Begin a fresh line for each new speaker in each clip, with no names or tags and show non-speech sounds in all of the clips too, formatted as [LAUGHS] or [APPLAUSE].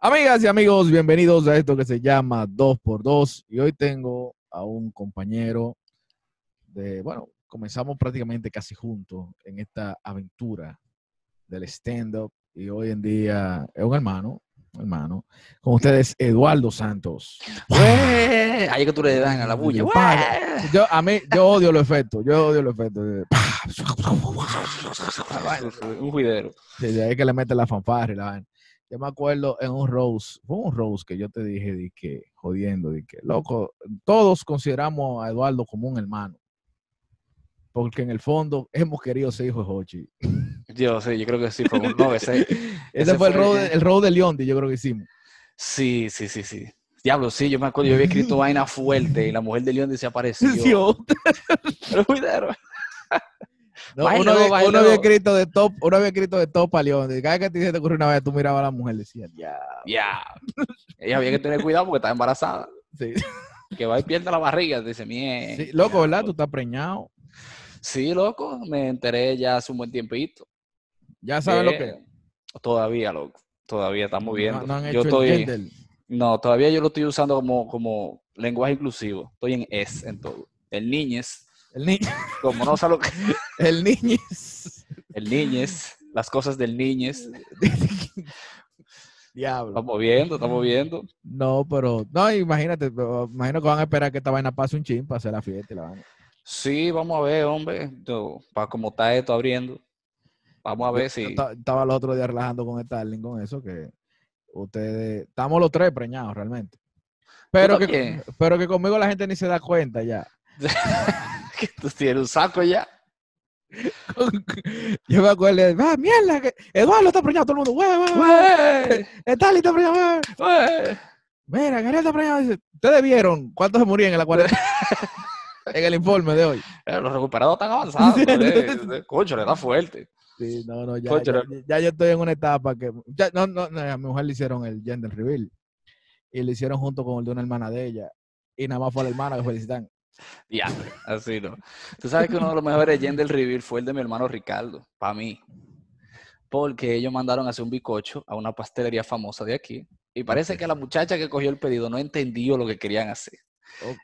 Amigas y amigos, bienvenidos a esto que se llama 2x2. Y hoy tengo a un compañero de, bueno, comenzamos prácticamente casi juntos en esta aventura del stand-up. Y hoy en día es un hermano, un hermano, con ustedes, Eduardo Santos.
¡Ué! Ahí que tú le dan a la bulla. ¡Ué!
Yo, a mí, yo odio los efectos, yo odio los efectos.
Un juidero.
Sí, de ahí que le meten la fanfarra y la vaina. Yo me acuerdo en un Rose, fue un Rose que yo te dije, de que, jodiendo, de que, loco, todos consideramos a Eduardo como un hermano. Porque en el fondo hemos querido ser hijos de Hochi.
Yo sí, yo creo que sí, fue un no, ese,
Ese fue el road, el road de León, yo creo que hicimos.
Sí, sí, sí, sí. Diablo, sí, yo me acuerdo, yo
[LAUGHS]
había escrito vaina fuerte y la mujer de León desapareció.
[LAUGHS] Sí, otra.
Pero cuidado.
No,
Bailó,
uno, había, uno
bailó.
había escrito de top, uno había escrito de top a León. Y Cada vez que te, se te ocurrió una vez, tú mirabas a la mujer y decías, ya.
Ya. Ella había que tener cuidado porque está embarazada.
Sí. [LAUGHS]
Que va y pierda la barriga. Dice, mie.
Sí, loco, ¿verdad? Tú estás preñado.
Sí, loco. Me enteré ya hace un buen tiempito.
Ya sabes lo
Eh,
que.
Todavía, loco. Todavía estamos viendo.
No, no han hecho
yo estoy.
el Tinder.
No, todavía yo lo estoy usando como, como lenguaje inclusivo. Estoy en es en todo. El niñez,
El, ni- [LAUGHS]
como no sé lo que-
el niñez.
[LAUGHS] El niñez, las cosas del niñez.
Diablo.
Estamos viendo, estamos viendo.
No, pero. No, imagínate. pero Imagino que van a esperar que esta vaina pase un chin para hacer la fiesta y la vaina.
Sí, vamos a ver, hombre. Yo, para cómo está esto abriendo. Vamos a ver
Yo
si.
esta- estaba el otro día relajando con Starling con eso, que ustedes. Estamos los tres preñados realmente. Pero que,
también.
pero que conmigo la gente ni se da cuenta ya.
que [LAUGHS] tú tienes un saco ya.
Yo me acuerdo, ah, mierda, que Eduardo está preñado, todo el mundo, wey, wey, wey,
Ué,
Starling está preñado, wey, wey.
ué.
mira, Gabriel está preñado. Dice, Ustedes vieron cuántos se morían en la
[LAUGHS]
cuarentena, en el informe de hoy.
Eh, Los recuperados están avanzados. eh. Concho, le da fuerte.
Sí, no, no, ya,
Concho,
ya, ya yo estoy en una etapa que, ya, no, no, no, a mi mujer le hicieron el gender reveal y lo hicieron junto con el de una hermana de ella y nada más fue la hermana que felicitan.
Ya, así no. Tú sabes que uno de los mejores del reveal fue el de mi hermano Ricardo, para mí. Porque ellos mandaron a hacer un bicocho a una pastelería famosa de aquí. Y parece que la muchacha que cogió el pedido no entendió lo que querían hacer.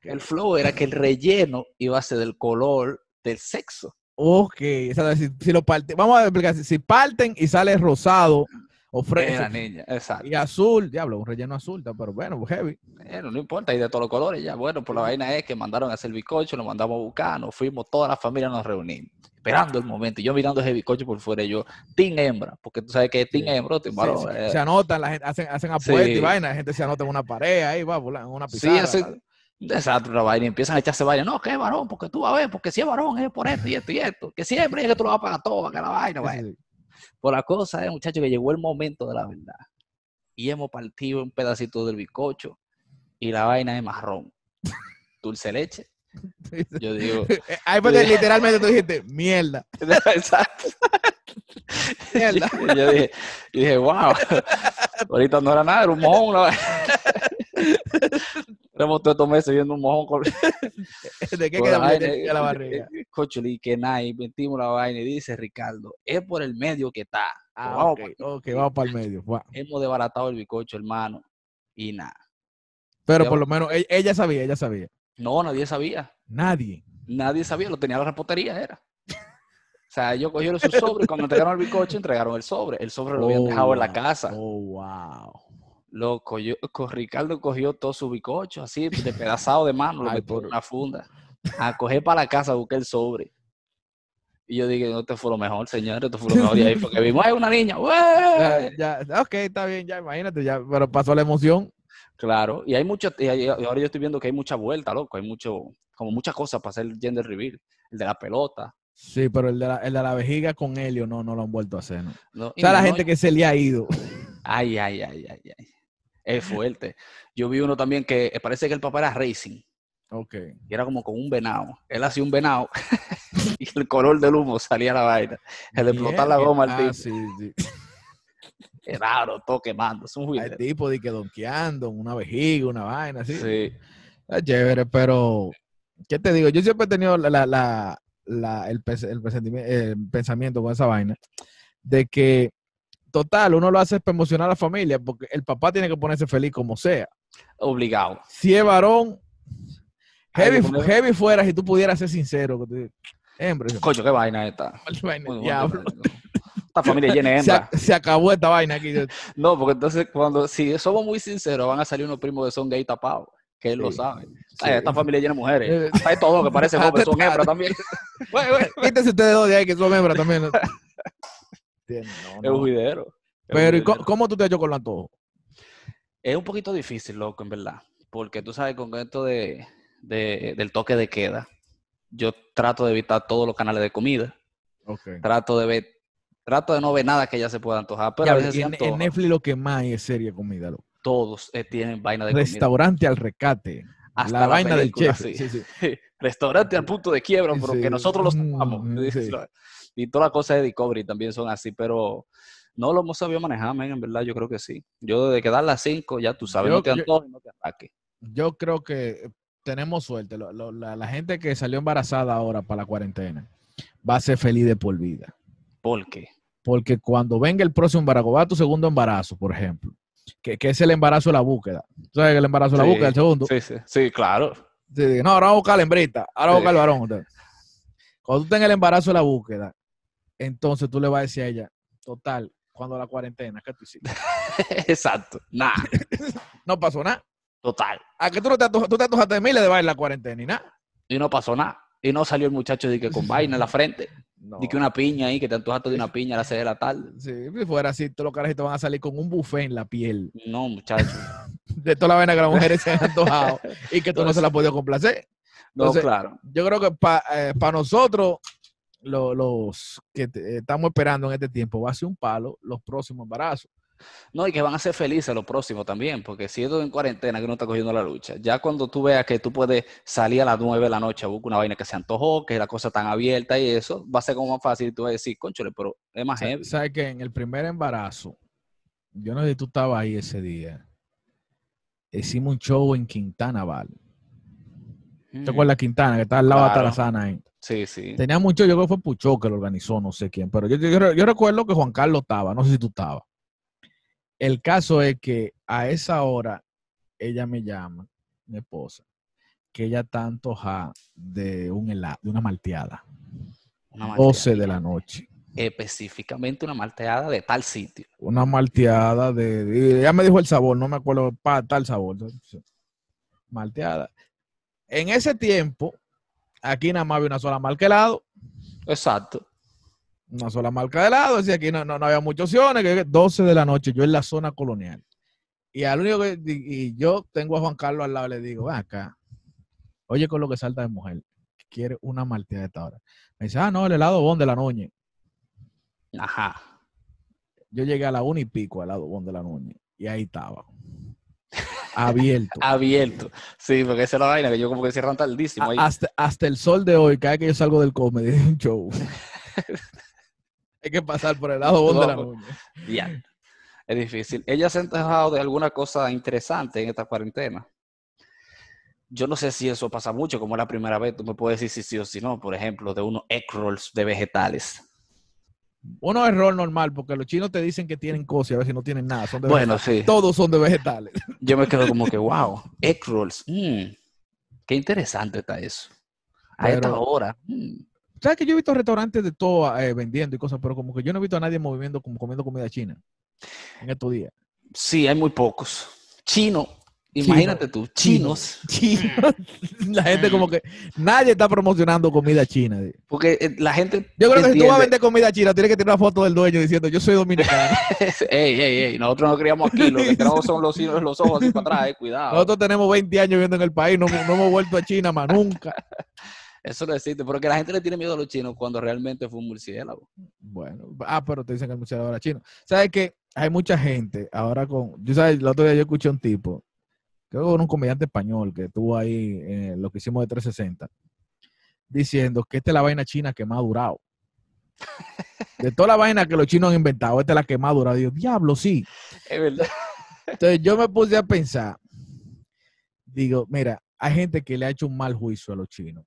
El flow era que el relleno iba a ser del color del sexo.
Ok, o sea, si, si lo parten, vamos a explicar, si, si parten y sale rosado o fre-
Era niña, exacto.
y azul, diablo, un relleno azul, está, pero bueno, heavy.
Bueno, no importa, hay de todos los colores ya. Bueno, pues la vaina es que mandaron a hacer el bicocho, lo mandamos a buscar, nos fuimos, toda la familia nos reunimos, esperando el momento. Y yo mirando ese bicocho por fuera, y yo, team hembra, porque tú sabes que es team
Sí.
hembra, team
Sí,
varón,
sí,
eh,
Se anotan, la gente, hacen, hacen apuestas y
Sí.
vaina, la gente se anota en una pared ahí, va, vola- en una
Sí,
pizarra.
hacen un desastre una vaina y empiezan a echarse vaina. No, que es varón, porque tú vas a ver, porque si es varón es por esto y esto y esto. Que siempre es que tú lo vas a pagar todo, que la vaina,
Sí, sí,
vaina.
sí.
Por la cosa es, muchacho, que llegó el momento de la verdad. Y hemos partido un pedacito del bizcocho y la vaina es marrón. Dulce de leche.
Sí, sí. [LAUGHS]
Yo digo,
Eh, Ahí fue que literalmente tú dijiste,
[LAUGHS]
mierda, [LAUGHS]
exacto.
mierda. [LAUGHS]
Yo dije, yo dije, wow. Ahorita no [LAUGHS] era nada, era un mojón. la vaina". Tenemos todos estos meses viendo un mojón con,
¿De qué
Por
queda
la
bien
vaina,
tenía la
eh,
barriga?
eh, Cochuli, que nada, inventimos la vaina y dice Ricardo, es por el medio que está.
Ah,
vamos
ok, ok, vamos para el medio. guau.
Hemos desbaratado el bicocho, hermano, y nada.
Pero
Ya
por lo menos e- ella, sabía, ella sabía.
No, nadie sabía.
Nadie.
Nadie sabía, lo tenía la repostería, era. O sea, ellos cogieron su sobre, cuando entregaron el bicocho, entregaron el sobre. El sobre lo habían
Oh,
dejado en la
wow.
casa.
Oh, wow.
Loco, yo, co- Ricardo cogió todo su bicocho, así, despedazado de mano, lo
Ay,
metió en
pobre.
una funda. A coger para la casa, busqué el sobre. Y yo dije, no, esto fue lo mejor, señor, esto fue lo mejor. Y ahí porque vimos, ¡ay, una niña!
Ya,
¡Ué!
ya, ok, está bien, ya imagínate, ya, pero pasó la emoción.
Claro, y hay mucho, y hay- y ahora yo estoy viendo que hay mucha vuelta, loco, hay mucho, como muchas cosas para hacer el gender reveal. El de la pelota.
Sí, pero el de la, el de la vejiga con helio no, no lo han vuelto a hacer. ¿no? O
¿no? Y
sea, la
no,
gente que se le ha ido.
Ay, ay, ay, ay, ay. Es fuerte. Yo vi uno también que eh, parece que el papá era racing.
Ok.
y era como con un venado. Él hacía un venado [LAUGHS] y el color del humo salía a la vaina. El explotar la
Mierda.
goma al
Ah,
tipo.
sí, sí.
Es raro, todo quemando. Es un
Hay
juidero.
tipo de que donkeando, una vejiga, una vaina, así.
Sí.
Está Ah, chévere, pero ¿qué te digo? Yo siempre he tenido la, la- la- la- el, pes- el presentimi- el pensamiento con esa vaina de que Total, uno lo hace para emocionar a la familia, porque el papá tiene que ponerse feliz como sea.
Obligado.
Si es varón,
Hay que
heavy,
poner-
heavy fuera, si tú pudieras ser sincero. que te- Hembra, esa
Coño, qué vaina esta.
vaina,
Muy bueno,
diablo.
Esta familia llena
[LAUGHS]
de
Se,
hembra.
ac- se acabó esta vaina aquí.
[LAUGHS] No, porque entonces, cuando, si somos muy sinceros, van a salir unos primos que son gay tapados, que él lo
Sí. Ah,
sabe.
Sí.
Esta familia llena de
Eh,
mujeres. Hasta hay todo
[LAUGHS]
que parece joven, son hembras también. Güey, güey,
Quítense ustedes dos de ahí que son hembras también.
[LAUGHS]
Entiendo,
Es
no, no.
un juidero. Es
Pero, ¿y
juidero.
cómo, cómo tú te has hecho con los antojos?
Es un poquito difícil, loco, en verdad. Porque tú sabes, con esto de, de- del toque de queda, yo trato de evitar todos los canales de comida.
Okay.
Trato de ver, trato de no ver nada que ya se pueda antojar. Pero a
Diablo,
veces
y
se
en, en
antoja.
Netflix lo que más hay es serie de comida. loco.
todos eh, tienen vaina de comida.
Restaurante al recate.
Hasta
la,
la
vaina del
película,
chef.
sí. [LAUGHS]
Sí, sí.
Restaurante al punto de quiebra, pero
Sí.
que nosotros los
Mm,
amamos. [LAUGHS]
sí.
Y todas las cosas de Discovery también son así, pero no lo hemos sabido manejar, men, en verdad, yo creo que sí. Yo desde que dan las 5, ya tú sabes,
Yo-
no te
yo-
antojes, no te ataques.
Yo creo que eh, tenemos suerte. Lo- lo- la, la gente que salió embarazada ahora para la cuarentena va a ser feliz de por vida.
¿Por qué?
Porque cuando venga el próximo embarazo, va tu segundo embarazo, por ejemplo, que, que es el embarazo de la búsqueda. ¿Tú ¿Sabes que el embarazo de la
Sí,
búsqueda, el segundo?
Sí, sí, sí, claro. [LAUGHS]
Sí, sí. no, ahora vamos a buscar la hembrita, ahora vamos a buscar el varón. entonces. Cuando tú tengas el embarazo de la búsqueda, entonces tú le vas a decir a ella, total, cuando la cuarentena, ¿qué tú hiciste?
Exacto. Nah,
No pasó nada.
total.
¿A que tú no te atojaste, tú te antojaste de miles de bailes en la cuarentena y nada?
Y no pasó nada. Y no salió el muchacho de que con vaina en
[LAUGHS]
la frente,
No.
de que una piña ahí, que te antojaste de una piña a las 6 de la tarde.
Sí, si fuera así, todos los carajitos van a salir con un buffet en la piel
No, muchacho.
[LAUGHS] de toda la vaina que las mujeres se han antojado y que tú no se la has podido complacer.
No,
Entonces,
claro.
Yo creo que para nosotros, lo- los que te- estamos esperando en este tiempo, va a ser un palo los próximos embarazos.
No, y que van a ser felices los próximos también, porque si esto en cuarentena que uno está cogiendo la lucha, ya cuando tú veas que tú puedes salir a las 9 de la noche a buscar una vaina que se antojó, que la cosa tan abierta y eso, va a ser como más fácil y tú vas a decir, conchole, pero es más
Sa-
heavy.
Eh, ¿Sabes que En el primer embarazo, yo no sé si tú estabas ahí ese día, hicimos un show en Quintana Valley. ¿Te acuerdas de Quintana? Que está al lado de
Claro.
Tarazana ahí.
Sí, sí.
Tenía mucho, yo creo que fue Puchó que lo organizó, no sé quién, pero yo, yo- yo re- yo recuerdo que Juan Carlos estaba, no sé si tú estabas. El caso es que a esa hora ella me llama, mi esposa, que ella está antojada de un helado, de una malteada,
Una malteada.
12 de la noche.
Específicamente una malteada de tal sitio.
Una malteada de, de- ella me dijo el sabor, no me acuerdo, para tal sabor. ¿no? Sí. Malteada. En ese tiempo, aquí nada más había una sola marca de helado.
Exacto.
una sola marca de helado, decía aquí no, no, no había muchas opciones, que que 12 de la noche, yo en la zona colonial. Y al único que, y, y yo tengo a Juan Carlos al lado, le digo, ven acá, oye con lo que salta de mujer, quiere una malteada de esta hora. Me dice, ah, no, el helado bon de la noche.
Ajá.
Yo llegué a la una y pico al helado bon de la noche, y ahí estaba.
[LAUGHS]
Abierto.
Ah, Abierto. Sí, porque esa es la vaina que yo como que cierran tardísimo ahí.
A- hasta, hasta el sol de hoy, cada vez que yo salgo del [LAUGHS] comedy de un show. uh".
[LAUGHS]
Hay que pasar por el helado bon de la
Loco.
noche.
Ya. Es difícil. Ella se ha enterado de alguna cosa interesante en esta cuarentena. Yo no sé si eso pasa mucho, como es la primera vez, tú me puedes decir si sí o si no, por ejemplo, de unos egg rolls de vegetales.
Uno es rol normal, porque los chinos te dicen que tienen cosas y a veces no tienen nada. Son de
Bueno,
vegetales.
sí,
Todos son de vegetales. [LAUGHS]
yo me quedo como que, wow, egg rolls, mm, qué interesante está eso. A esta
Pero-
hora, mm,
¿Sabes que yo he visto restaurantes de todo eh, vendiendo y cosas, pero como que yo no he visto a nadie moviendo, como comiendo comida china en estos días?
sí, hay muy pocos. Chino,
Chino,
imagínate tú,
chino.
chinos.
[LAUGHS] la gente como que nadie está promocionando comida china. sí.
Porque eh, la gente.
Yo creo que si tú vas a
entiende-
vender comida china, tienes que tener una foto del dueño diciendo yo soy dominicano.
[LAUGHS] Ey, ey, ey, nosotros no criamos
[LAUGHS]
aquí, lo que tenemos son los, hilos- los ojos así para atrás, eh, cuidado.
Nosotros tenemos 20 años viviendo en el país, no, hemos- no hemos vuelto a China más nunca.
Eso no existe, porque la gente le tiene miedo a los chinos cuando realmente fue un murciélago.
Bueno, ah, pero te dicen que el murciélago era chino. ¿Sabes que Hay mucha gente ahora con. Yo sabes, el otro día yo escuché a un tipo, creo que era un comediante español que estuvo ahí en lo que hicimos de 360, diciendo que esta es la vaina china que más ha durado. De toda la vaina que los chinos han inventado, esta es la que más ha durado. Y yo, diablo, sí.
Es verdad.
Entonces yo me puse a pensar, digo, mira, hay gente que le ha hecho un mal juicio a los chinos.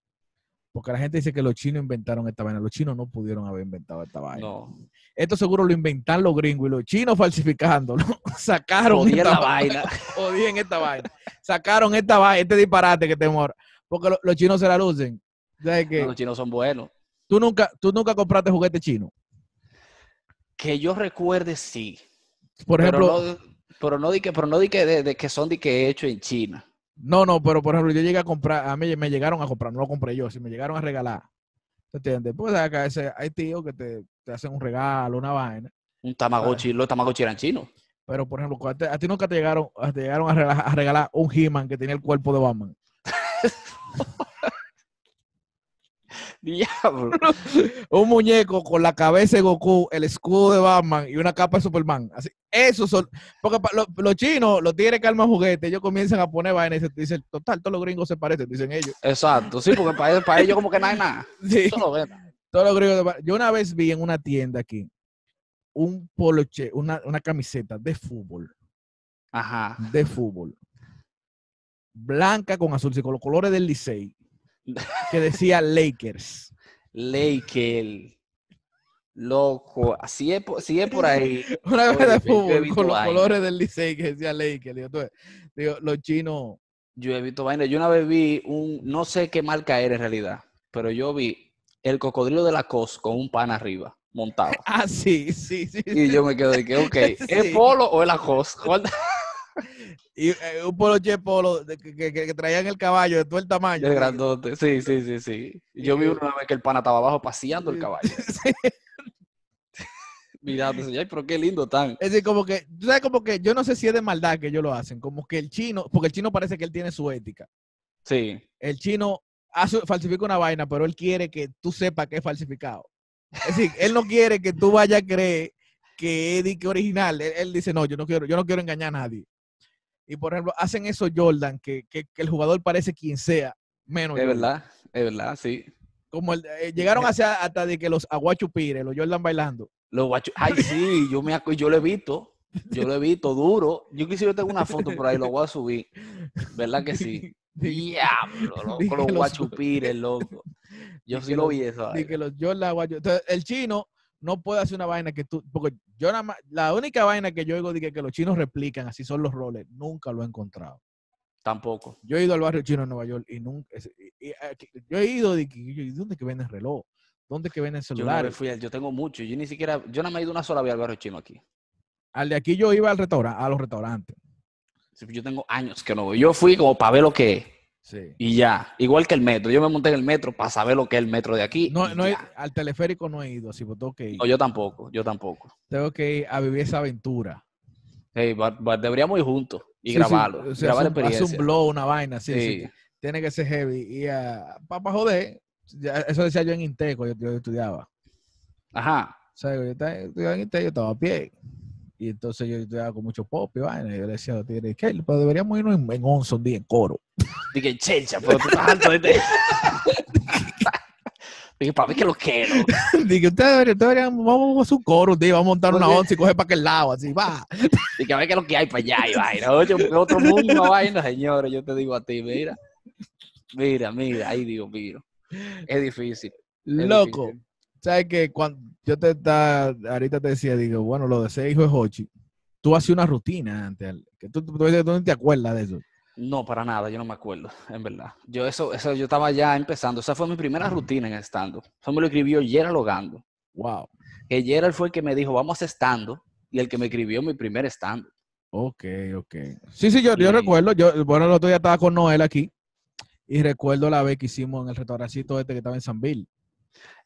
Porque la gente dice que los chinos inventaron esta vaina. Los chinos no pudieron haber inventado esta vaina.
No.
Esto seguro lo inventaron los gringos y los chinos falsificándolo. [LAUGHS] Sacaron
Jodía
esta [LAUGHS]
la vaina.
Odien esta vaina. Sacaron esta vaina, este disparate que tenemos ahora. Porque lo- los chinos se la lucen. ¿Sabes qué?
No, los chinos son buenos.
Tú nunca, tú nunca compraste juguete chino.
Que yo recuerde, sí.
Por ejemplo,
pero no, pero no di que, pero no di que, de, de que son de que hecho en China.
No, no, pero por ejemplo, yo llegué a comprar, a mí me llegaron a comprar, no lo compré yo, si me llegaron a regalar. ¿Te entiendes? Pues acá ese, hay tíos que te, te hacen un regalo, una vaina.
Un
Ah.
Tamagotchi, los Tamagotchi eran chinos.
Pero por ejemplo, cuando te- a ti nunca te llegaron, a- te llegaron a regalar, a regalar un He-Man que tenía el cuerpo de Batman.
Diablo.
Un muñeco con la cabeza de Goku, el escudo de Batman y una capa de Superman. Así, eso son. Porque pa- lo- los chinos, los tigres que arman juguetes, ellos comienzan a poner vaina y se dicen, total, todos los gringos se parecen, dicen ellos.
[LAUGHS]
[LAUGHS]
Exacto, sí, porque para, ellos- para ellos como que no hay nada.
Sí.
Eso lo ven.
Todos los gringos de Bar- Yo una vez vi en una tienda aquí un poloche, una, una camiseta de fútbol,
Ajá.
de fútbol, blanca con azul, sí, con los colores del Licey, que decía Lakers. [LAUGHS]
Leikel. Loco. Si es, por- si es por ahí.
Una vez de
Oye, yo he
fútbol
visto
con los
vaina.
colores del Licey que decía Lakers. Digo, tú ves, digo, los chinos,
Yo he visto vaina. Yo una vez vi un, no sé qué marca era en realidad, pero yo vi el cocodrilo de la COS con un pan arriba,
[LAUGHS]
montado.
ah, sí, sí, sí.
Y
sí.
yo me quedo de que, ok,
Sí.
¿es polo o es
[LAUGHS]
la COS? ¿Cuál-
Y, eh, un poloche polo de- que, que- que traían el caballo de todo el tamaño.
El grandote. Sí, sí, sí, sí. Yo vi una vez que el pana estaba abajo paseando el caballo.
[LAUGHS] Sí. [LAUGHS]
Mirándose, ay, pero qué lindo tan.
Es decir, como que, tú sabes, como que yo no sé si es de maldad que ellos lo hacen, como que el chino, porque el chino parece que él tiene su ética.
Sí.
El chino hace- falsifica una vaina, pero él quiere que tú sepas que es falsificado. Es decir, él no quiere que tú vayas a creer que es de que original. Él, él dice, no, yo no quiero, yo no quiero engañar a nadie. Y por ejemplo, hacen eso Jordan, que, que- que el jugador parece quien sea, menos
Es
Jordan.
verdad, es verdad, sí.
Como el- eh,
[LAUGHS]
llegaron hacia, hasta de que los aguachupires, los Jordan bailando.
Los guachos, ay, sí, yo me acu- yo lo he visto, yo lo he visto duro. Yo quisiera tengo una foto por ahí, lo voy a subir. ¿Verdad que
[LAUGHS]
sí? Diablo,
Di que
loco, los
los- [LAUGHS]
guachupires, loco. Yo
Di
sí
que
lo
los-
vi eso. eh,
de que los Jordan Guayo- Entonces, el chino no puede hacer una vaina que tú. Porque yo nada más. La única vaina que yo oigo de que, que los chinos replican, así son los roles, nunca lo he encontrado.
Tampoco.
Yo he ido al barrio chino en Nueva York y nunca. es- y- y- aquí- yo he ido de que. yo- ¿y ¿Dónde que venden reloj? ¿Dónde que venden
Yo, una vez
celulares?
fui al- yo tengo mucho, yo ni siquiera, yo nada más he ido una sola vez al barrio chino aquí.
Al de aquí yo iba al restaurante, a los restaurantes.
Sí, Yo tengo años que no voy. Yo fui como para ver lo que es
Sí.
y ya. Igual que el metro. Yo me monté en el metro para saber lo que es el metro de aquí.
No,
y
no he-
ya.
al teleférico no he ido, así pues tengo que ir.
No, yo tampoco, yo tampoco.
Tengo que ir a vivir esa aventura.
Hey, va- va- deberíamos ir juntos y
Sí, sí,
grabarlo.
o sea,
grabar la
hace un- hace
experiencia.
un blog, una vaina, sí, sí.
Sí.
tiene que ser heavy. Y a papá joder, ya, eso decía yo en Inteco, yo, yo estudiaba.
Ajá.
O sea, yo estaba, estudiaba en Inteco, yo estaba a pie. Y entonces yo estudiaba con mucho pop y vaina. Y yo le decía a los tigres, "Kel, pero deberíamos irnos en, en once un día en coro. [LAUGHS]
Dije, chelcha, pero tú estás alto de este. [LAUGHS] Dije, para mí que lo quiero.
Dije, ustedes deberían, ustedes deberían- vamos a hacer un coro un día, vamos a montar una
Oye.
once y coger para aquel lado, así, va.
Dije, a ver qué [LAUGHS] es lo que hay para allá y vaina. Oye, porque otro mundo, vaina, señores. Yo te digo a ti, mira. Mira, mira, ahí digo, mira. Es difícil. es
Loco.
difícil.
¿Sabes que Cuando yo te estaba, ahorita te decía, digo, bueno, lo de ese hijo de Hochi, tú hacías una rutina antes, al- que tú, tú- tú no te acuerdas de eso.
No, para nada, yo no me acuerdo, en verdad. Yo eso, eso, yo estaba ya empezando. Esa fue mi primera rutina en estando. Eso me lo escribió Gerald Ogando.
Wow.
Que Gerald fue el que me dijo, vamos a estando. Y el que me escribió mi primer estando.
Ok, ok. Sí, sí, yo, yo
Y-
recuerdo, yo, bueno, el otro día estaba con Noel aquí y recuerdo la vez que hicimos en el restaurancito este que estaba en San Bill,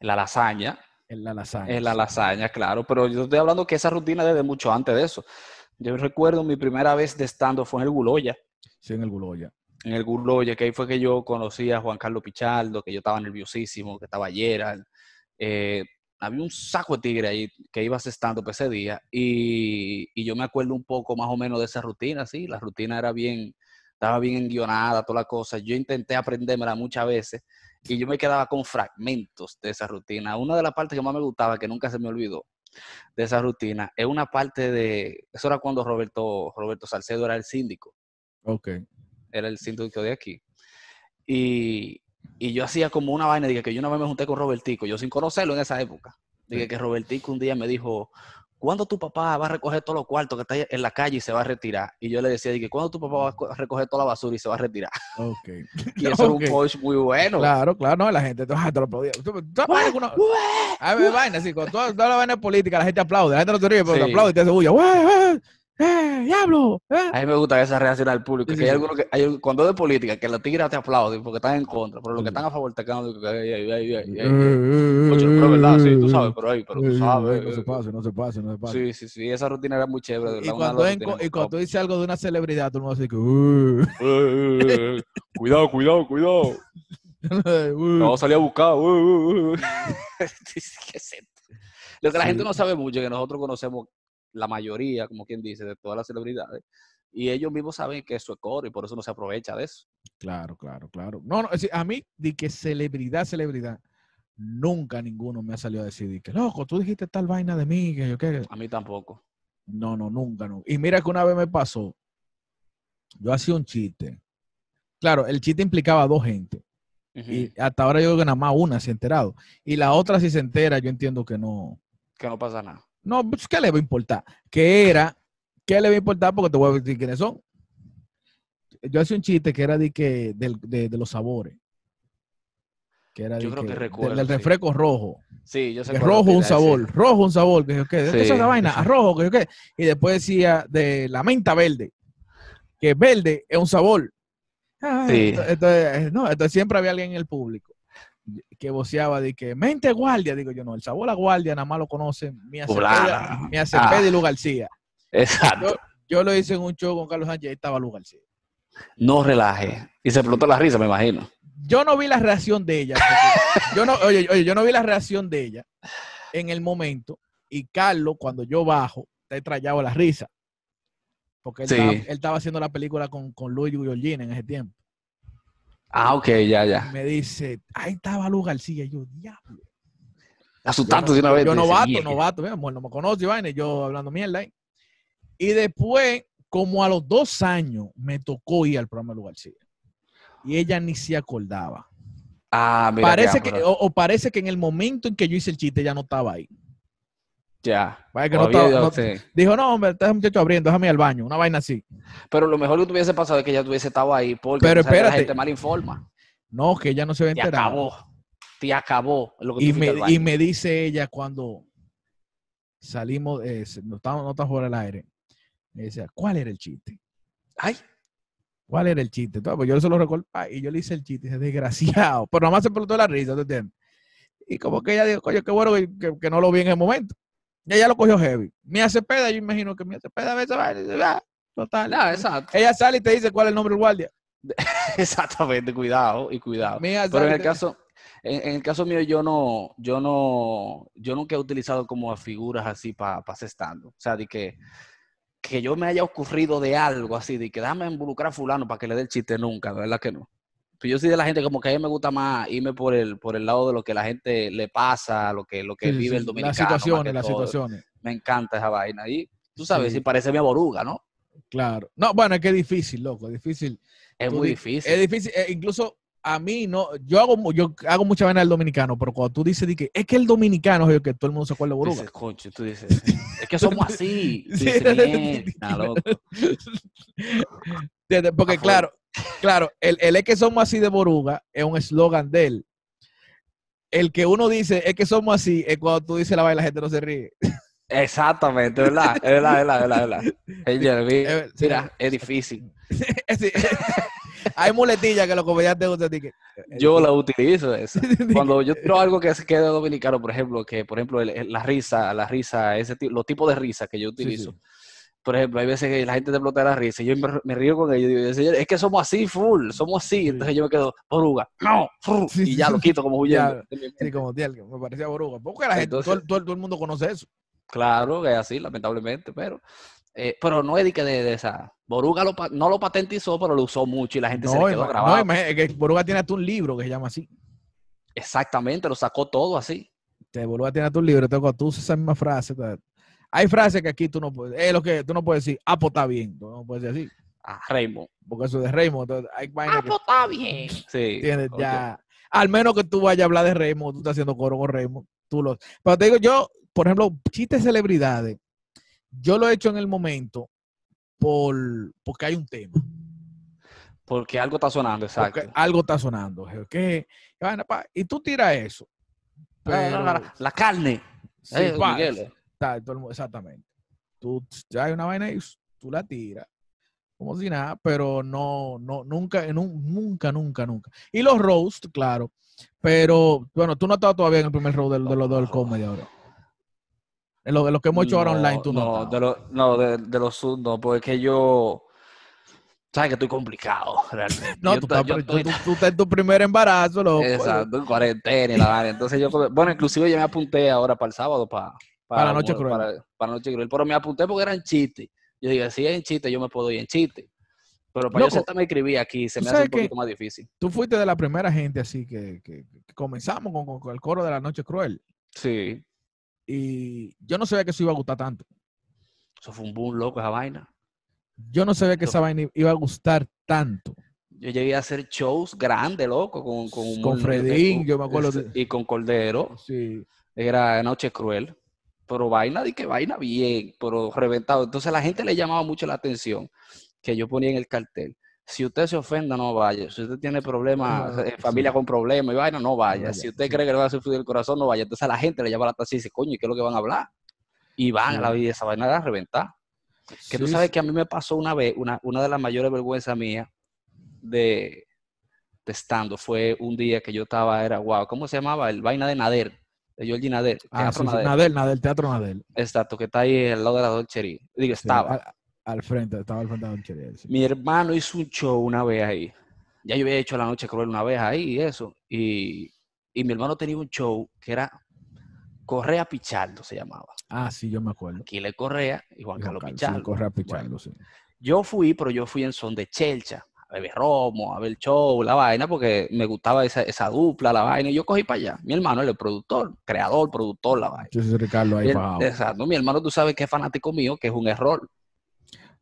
La lasaña.
en la lasaña.
Es la lasaña, claro, pero yo estoy hablando que esa rutina desde mucho antes de eso. Yo recuerdo mi primera vez de estando fue en el Guloya,
Sí, en el Guloya.
en el Guloya, que ahí fue que yo conocí a Juan Carlos Pichardo, que yo estaba nerviosísimo, que estaba Gerald. Eh, había un saco de tigre ahí que ibas estando ese día y, y yo me acuerdo un poco más o menos de esa rutina, sí, la rutina era bien, estaba bien guionada, toda la cosa. Yo intenté aprendérmela muchas veces y yo me quedaba con fragmentos de esa rutina. Una de las partes que más me gustaba, que nunca se me olvidó de esa rutina, es una parte de, eso era cuando Roberto, Roberto Salcedo era el síndico
Ok.
era el síndico de aquí. Y Y yo hacía como una vaina, dije que yo una vez me junté con Robertico, yo sin conocerlo en esa época. Dije que Robertico un día me dijo, ¿cuándo tu papá va a recoger todos los cuartos que está en la calle y se va a retirar? Y yo le decía, dije, ¿cuándo tu papá va a co- recoger toda la basura y se va a retirar? [LAUGHS]
Ok.
Y eso
Ok.
era un coach muy bueno.
Claro, claro, no, la gente ah, te lo aplaudía. Tú- tú- tú- vaina que uno- A ver, vaina, así, con toda, toda la vaina política, la gente aplaude, la gente no te ríe, pero te
Sí.
aplaude y te hace bulla. "Ué, ué, eh, ¡Diablo! eh".
A mí me gusta esa reacción al público.
Sí, sí,
que hay
sí.
algunos que, hay, cuando es de política, que la tigra te aplauden porque están en contra, pero los que
Sí.
están a favor te quedan. de que, "Ay, ay, ay, ay,
Eh,
ay". Ocho, pero verdad, sí, tú sabes, pero ahí, pero
eh,
tú
eh,
sabes.
No se pase, no se pase, no se pase.
Sí, sí, sí, esa rutina era muy chévere. de
Y
verdad, una de
cuando,
las
en-
rutinas
y
más
cuando
top.
dice algo de una celebridad, todo el mundo así que. "Uh,
Eh, eh, [LAUGHS] eh, Cuidado, cuidado, cuidado.
[LAUGHS] uh".
No, salí a buscar. uh, uh, uh. [LAUGHS] ¿Qué es esto? Lo que la
Sí.
gente no sabe mucho es que nosotros conocemos la mayoría, como quien dice, de todas las celebridades. Y ellos mismos saben que eso es coro y por eso no se aprovecha de eso.
Claro, claro, claro. No, no, es decir, a mí, de que celebridad, celebridad, nunca ninguno me ha salido a decir, de que loco, tú dijiste tal vaina de mí, que yo qué.
A mí tampoco.
No, no, nunca, no. Y mira que una vez me pasó, yo hacía un chiste. Claro, el chiste implicaba a dos gente.
Ujú.
Y hasta ahora yo creo que nada más una se ha enterado. Y la otra, si se entera, yo entiendo que no.
Que no pasa nada.
No, pues, ¿qué le va a importar? ¿Qué era? ¿Qué le va a importar? Porque te voy a decir quiénes son. Yo hacía un chiste que era de, que, del- de, de los sabores. Que era
Yo
de
creo que
del-
recuerdo,
Del
sí.
refresco rojo.
Sí, yo sé
Que
cuál
rojo
es
un
la idea,
sabor,
sí.
rojo un sabor. Que yo, ¿qué? ¿Qué es
Sí,
esa vaina? A rojo, que yo, ¿qué? Y después decía de la menta verde. Que verde es un sabor. Ah,
Sí.
ento- Entonces, no, entonces siempre había alguien en el público que voceaba de que mente guardia. Digo yo, no, el sabor a guardia nada más lo conocen Mía Cepeda,
Fulana.
Mía
Ah.
Cepeda y Lu García.
Exacto.
Yo lo hice en un show con Carlos Sánchez y ahí estaba Lu García.
No relaje. Y se explotó la risa, me imagino.
Yo no vi la reacción de ella. porque yo no, oye, oye, yo no vi la reacción de ella en el momento. Y Carlos, cuando yo bajo, está trayado la risa. Porque él,
Sí.
estaba, él estaba haciendo la película con, con Luis Giorgina en ese tiempo.
Ah, ok, ya, ya.
Me dice, ahí estaba Lu García. Y yo, diablo.
Asustando de
yo,
una
no-
vez.
yo
dice,
novato,
"Mierda".
novato. Mira, bueno, no me conoce, vaina, y yo hablando mierda. ahí. Y después, como a los dos años, me tocó ir al programa de Lu García. Y ella ni se acordaba.
Ah, mira.
parece
ya,
que,
pero-
o, o parece que en el momento en que yo hice el chiste ya no estaba ahí.
Ya.
Parece que no
Todavía
estaba-
ya
no-
usted-
dijo, no, hombre, está ese muchacho abriendo, déjame ir al baño, una vaina así.
Pero lo mejor que tuviese pasado es que ya tuviese estado ahí porque
Pero
tú sabes que la
espérate.
gente mal informa.
No, que ella no se había
Te
enterado.
acabó. Te acabó lo que tú
Y
fuiste
me,
al baño.
y me dice ella cuando salimos, eh, se- no estamos no está fuera del aire, me decía, ¿cuál era el chiste?
Ay,
¿Cuál era el chiste? Entonces, pues yo se lo recuerdo, pa, y yo le hice el chiste, y dice, desgraciado, [LAUGHS] pero nada más se explotó la risa, ¿tú entiendes? Y como que ella dijo, coño, qué bueno que, que- que no lo vi en el momento. Y ella lo cogió heavy. Me hace peda, yo imagino que me hace peda a veces, vaina, y dice, "Ah, total.
nada, [LAUGHS] exacto.
Ella sale y te dice cuál es el nombre del guardia.
Exactamente, cuidado y cuidado.
Mía
Pero
sale
en
y
el
te-
caso, en, en el caso mío, yo no, yo no, yo nunca he utilizado como a figuras así para pa hacer stand-up. O sea, de que, que yo me haya ocurrido de algo así, de que déjame involucrar a fulano para que le dé el chiste nunca, de verdad que no. Pero yo soy de la gente como que a mí me gusta más irme por el, por el lado de lo que la gente le pasa, lo que, lo que
Sí, sí,
vive el
sí,
dominicano.
Las
más que
situaciones, las
todo.
situaciones.
Me encanta esa vaina. Y tú sabes,
Sí.
si parece mi aboruga, ¿no?
Claro. No, bueno, es que es difícil, loco, es difícil.
Es
Tú
muy
di-
difícil.
Es difícil, eh, incluso a mí no, yo hago mu- yo hago mucha vaina del dominicano, pero cuando tú dices di que es que el dominicano es el que todo el mundo se acuerda de
Tú
Boruga.
dices, "Concho", tú dices, es que somos
[LAUGHS]
así. Tú
Sí,
dices,
no, no, no,
"Mierda,
no".
loco".
¿Entiendes? Porque
Afuera.
claro, claro, el, el es que somos así de Boruga es un eslogan de él. El que uno dice es que somos así, es cuando tú dices la vaina la gente no se ríe. [LAUGHS]
Exactamente, ¿verdad? Es verdad, es verdad, es verdad, es
[LAUGHS]
verdad. Ey, Jeremy,
ver-
mira, es difícil.
Es decir, [LAUGHS] hay muletillas que los comediantes usan di que-
Yo
[LAUGHS]
la utilizo esa.
di que-
Cuando yo tiro algo que se queda dominicano, por ejemplo, que por ejemplo el- el- la risa, la risa, ese tipo, los tipos de risa que yo
Sí, sí.
utilizo. Por ejemplo, hay veces que la gente te explota la risa y yo me, me río con ellos y digo, "Señores, es que somos así, full, somos así. Entonces yo me quedo, oruga, no, fru",
Sí,
y
sí,
ya
sí.
lo quito como huyendo.
Sí, como tía, que me parecía boruga. Porque la gente,
Entonces-
todo, el- todo el- todo el mundo conoce eso.
Claro que es así, lamentablemente, pero, eh, pero no es de que de, de esa. Boruga lo pa- no lo patentizó, pero lo usó mucho y la gente se le quedó
ima-
grabado.
no, imagínate que Boruga tiene hasta un libro que se llama así.
Exactamente, lo sacó todo así.
Te Boruga tiene hasta un libro, tengo tú usas esa misma frase. te- Hay frases que aquí tú no puedes, es lo que tú no puedes decir, ah, pues está bien, tú no puedes decir así,
A Raymond.
Ah, pues,
Ah, pues,
porque eso es de Raymond, entonces hay vainas que
está bien. Sí.
tienes
ok.
ya. Al menos que tú vayas a hablar de Raymond, tú estás haciendo coro con Raymond, tú lo... Pero te digo, yo, por ejemplo, chistes de celebridades, yo lo he hecho en el momento por, porque hay un tema.
Porque algo está sonando, exacto.
Porque ah, algo está sonando. ¿Qué? Y tú tiras eso.
Ah, no, no, no, la carne.
Sí,
Eh,
pa,
Miguel.
tal, todo el mu- exactamente. Tú ya hay una vaina y tú la tiras. Como si nada, pero no, no, nunca, en un- nunca, nunca, nunca. Y los roast, claro. Pero, bueno, tú no has estado todavía en el primer roast del- de, los del comedy ahora. En lo, de lo que hemos hecho ahora online, tú no. has
No,
estado.
de, lo- no de, de los Zoom no, porque es que yo. Sabes que estoy complicado, realmente.
No,
Yo
tú,
to-
estás,
yo
tú-
estoy-
tú- tú estás en tu primer embarazo, loco.
Exacto, en cuarentena y la vaina. Entonces yo, come- bueno, inclusive yo me apunté ahora para el sábado, para,
Para la noche cruel.
Para, para la noche cruel, pero me apunté porque eran chistes. Yo dije, si es en chiste, yo me puedo ir en chiste. Pero para
Loco,
yo sentarme a escribir aquí, se
¿tú
me hace
sabes
un
qué?
poquito más difícil.
Tú fuiste de la primera gente así que, que- que comenzamos con- con- con el coro de la noche cruel.
Sí,
Y yo no sabía que eso iba a gustar tanto.
eso fue un boom loco esa vaina.
Yo no sabía que
Eso.
esa vaina iba a gustar tanto.
Yo llegué a hacer shows grandes, loco, con... Con,
Con
humor-
Fredín,
eh,
yo me acuerdo
este, Y con Cordero.
Sí.
Era Noche Cruel. Pero vaina, di que vaina bien, pero reventado. Entonces la gente le llamaba mucho la atención que yo ponía en el cartel. Si usted se ofenda, no vaya. Si usted tiene problemas,
Ah,
eh, familia
sí.
con problemas y vaina, no vaya.
vaya,
si usted
sí.
cree que le va a sufrir el corazón, no vaya. Entonces a la gente le llama la atención y dice, coño, ¿y qué es lo que van a hablar? Y van a la vida, esa vaina a reventar. Que tú sabes que a mí me pasó una vez, una, una de las mayores vergüenzas mías de, de stand fue un día que yo estaba, era, wow, ¿cómo se llamaba? El vaina de Nader, de Georgie Nader.
Ah, sí,
Teatro
sí,
Nader.
Nadel, Nadel, Teatro Nadel. Sí,
Exacto, que está ahí al lado de la dolchería. Digo, estaba.
al, al frente, estaba al frente de Don Cheriel, sí.
Mi hermano hizo un show una vez ahí. Ya yo había hecho La Noche Cruel una vez ahí y eso. Y, y mi hermano tenía un show que era Correa Pichardo, se llamaba.
Ah, sí, yo me acuerdo.
Aquiles Correa y Juan
Dijo
Carlos
Carlos, sí,
Pichardo.
corre a Pichardo, sí.
Yo fui, pero yo fui en son de chelcha, a beber romo, a ver show, la vaina, porque me gustaba esa, esa dupla, la vaina, y yo cogí para allá. Mi hermano él es el productor, creador, productor, la vaina.
Sí, sí, Ricardo ahí
Mi her-
bajado.
exacto, mi hermano, tú sabes que es fanático mío, que es un error.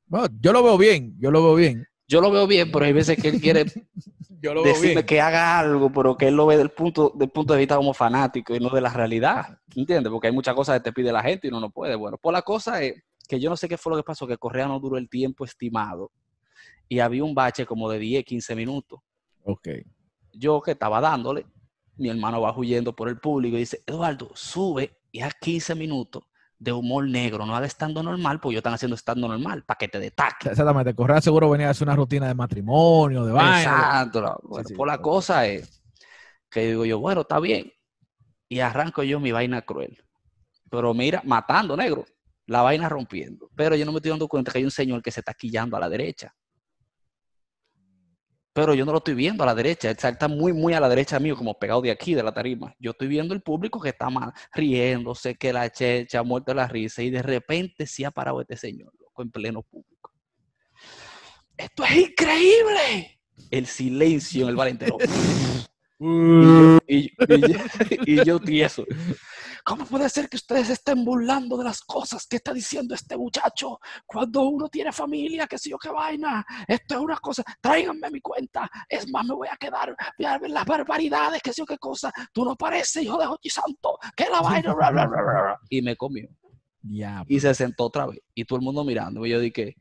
Bueno, yo lo veo bien, yo lo veo bien.
Yo lo veo bien, pero hay veces que él quiere
[LAUGHS] Yo lo veo
decirme
bien.
que haga algo, pero que él lo ve del punto, del punto de vista como fanático y no de la realidad. ¿Entiendes? Porque hay muchas cosas que te pide la gente y uno no puede. Bueno, pues la cosa es que yo no sé qué fue lo que pasó, que Correa no duró el tiempo estimado y había un bache como de 10, 15 minutos.
Ok.
Yo que estaba dándole, mi hermano va huyendo por el público y dice, Eduardo, sube y haz 15 minutos de humor negro, no haga estando normal, porque yo están haciendo estando normal, para que te destaque.
Exactamente, Correa seguro venía a hacer una rutina de matrimonio, de vaina.
Exacto. la- bueno,
sí,
pues la
ok.
cosa es que digo yo, bueno, está bien. Y arranco yo mi vaina cruel. Pero mira, matando, negro. La vaina rompiendo. Pero yo no me estoy dando cuenta que hay un señor que se está quillando a la derecha. Pero yo no lo estoy viendo a la derecha. Él salta muy, muy a la derecha mío, como pegado de aquí, de la tarima. Yo estoy viendo el público que está mal, riéndose, que la checha, muerto de la risa. Y de repente se ha parado este señor, loco, en pleno público. ¡Esto es increíble! el silencio en el bar
[LAUGHS]
entero.
Uh.
Y yo, y, yo- y yo- y yo tieso. ¿Cómo puede ser que ustedes estén burlando de las cosas que está diciendo este muchacho cuando uno tiene familia, que sé yo qué vaina? Esto es una cosa, tráiganme mi cuenta. Es más, me voy a quedar, voy a ver las barbaridades, que sé yo qué cosa. Tú no pareces hijo de Jochi Santo, que la "Ah, vaina. bla, bla, bla, bla, bla. Y me comió.
Ya.
Y se sentó otra vez. Y todo el mundo mirando. Y yo dije,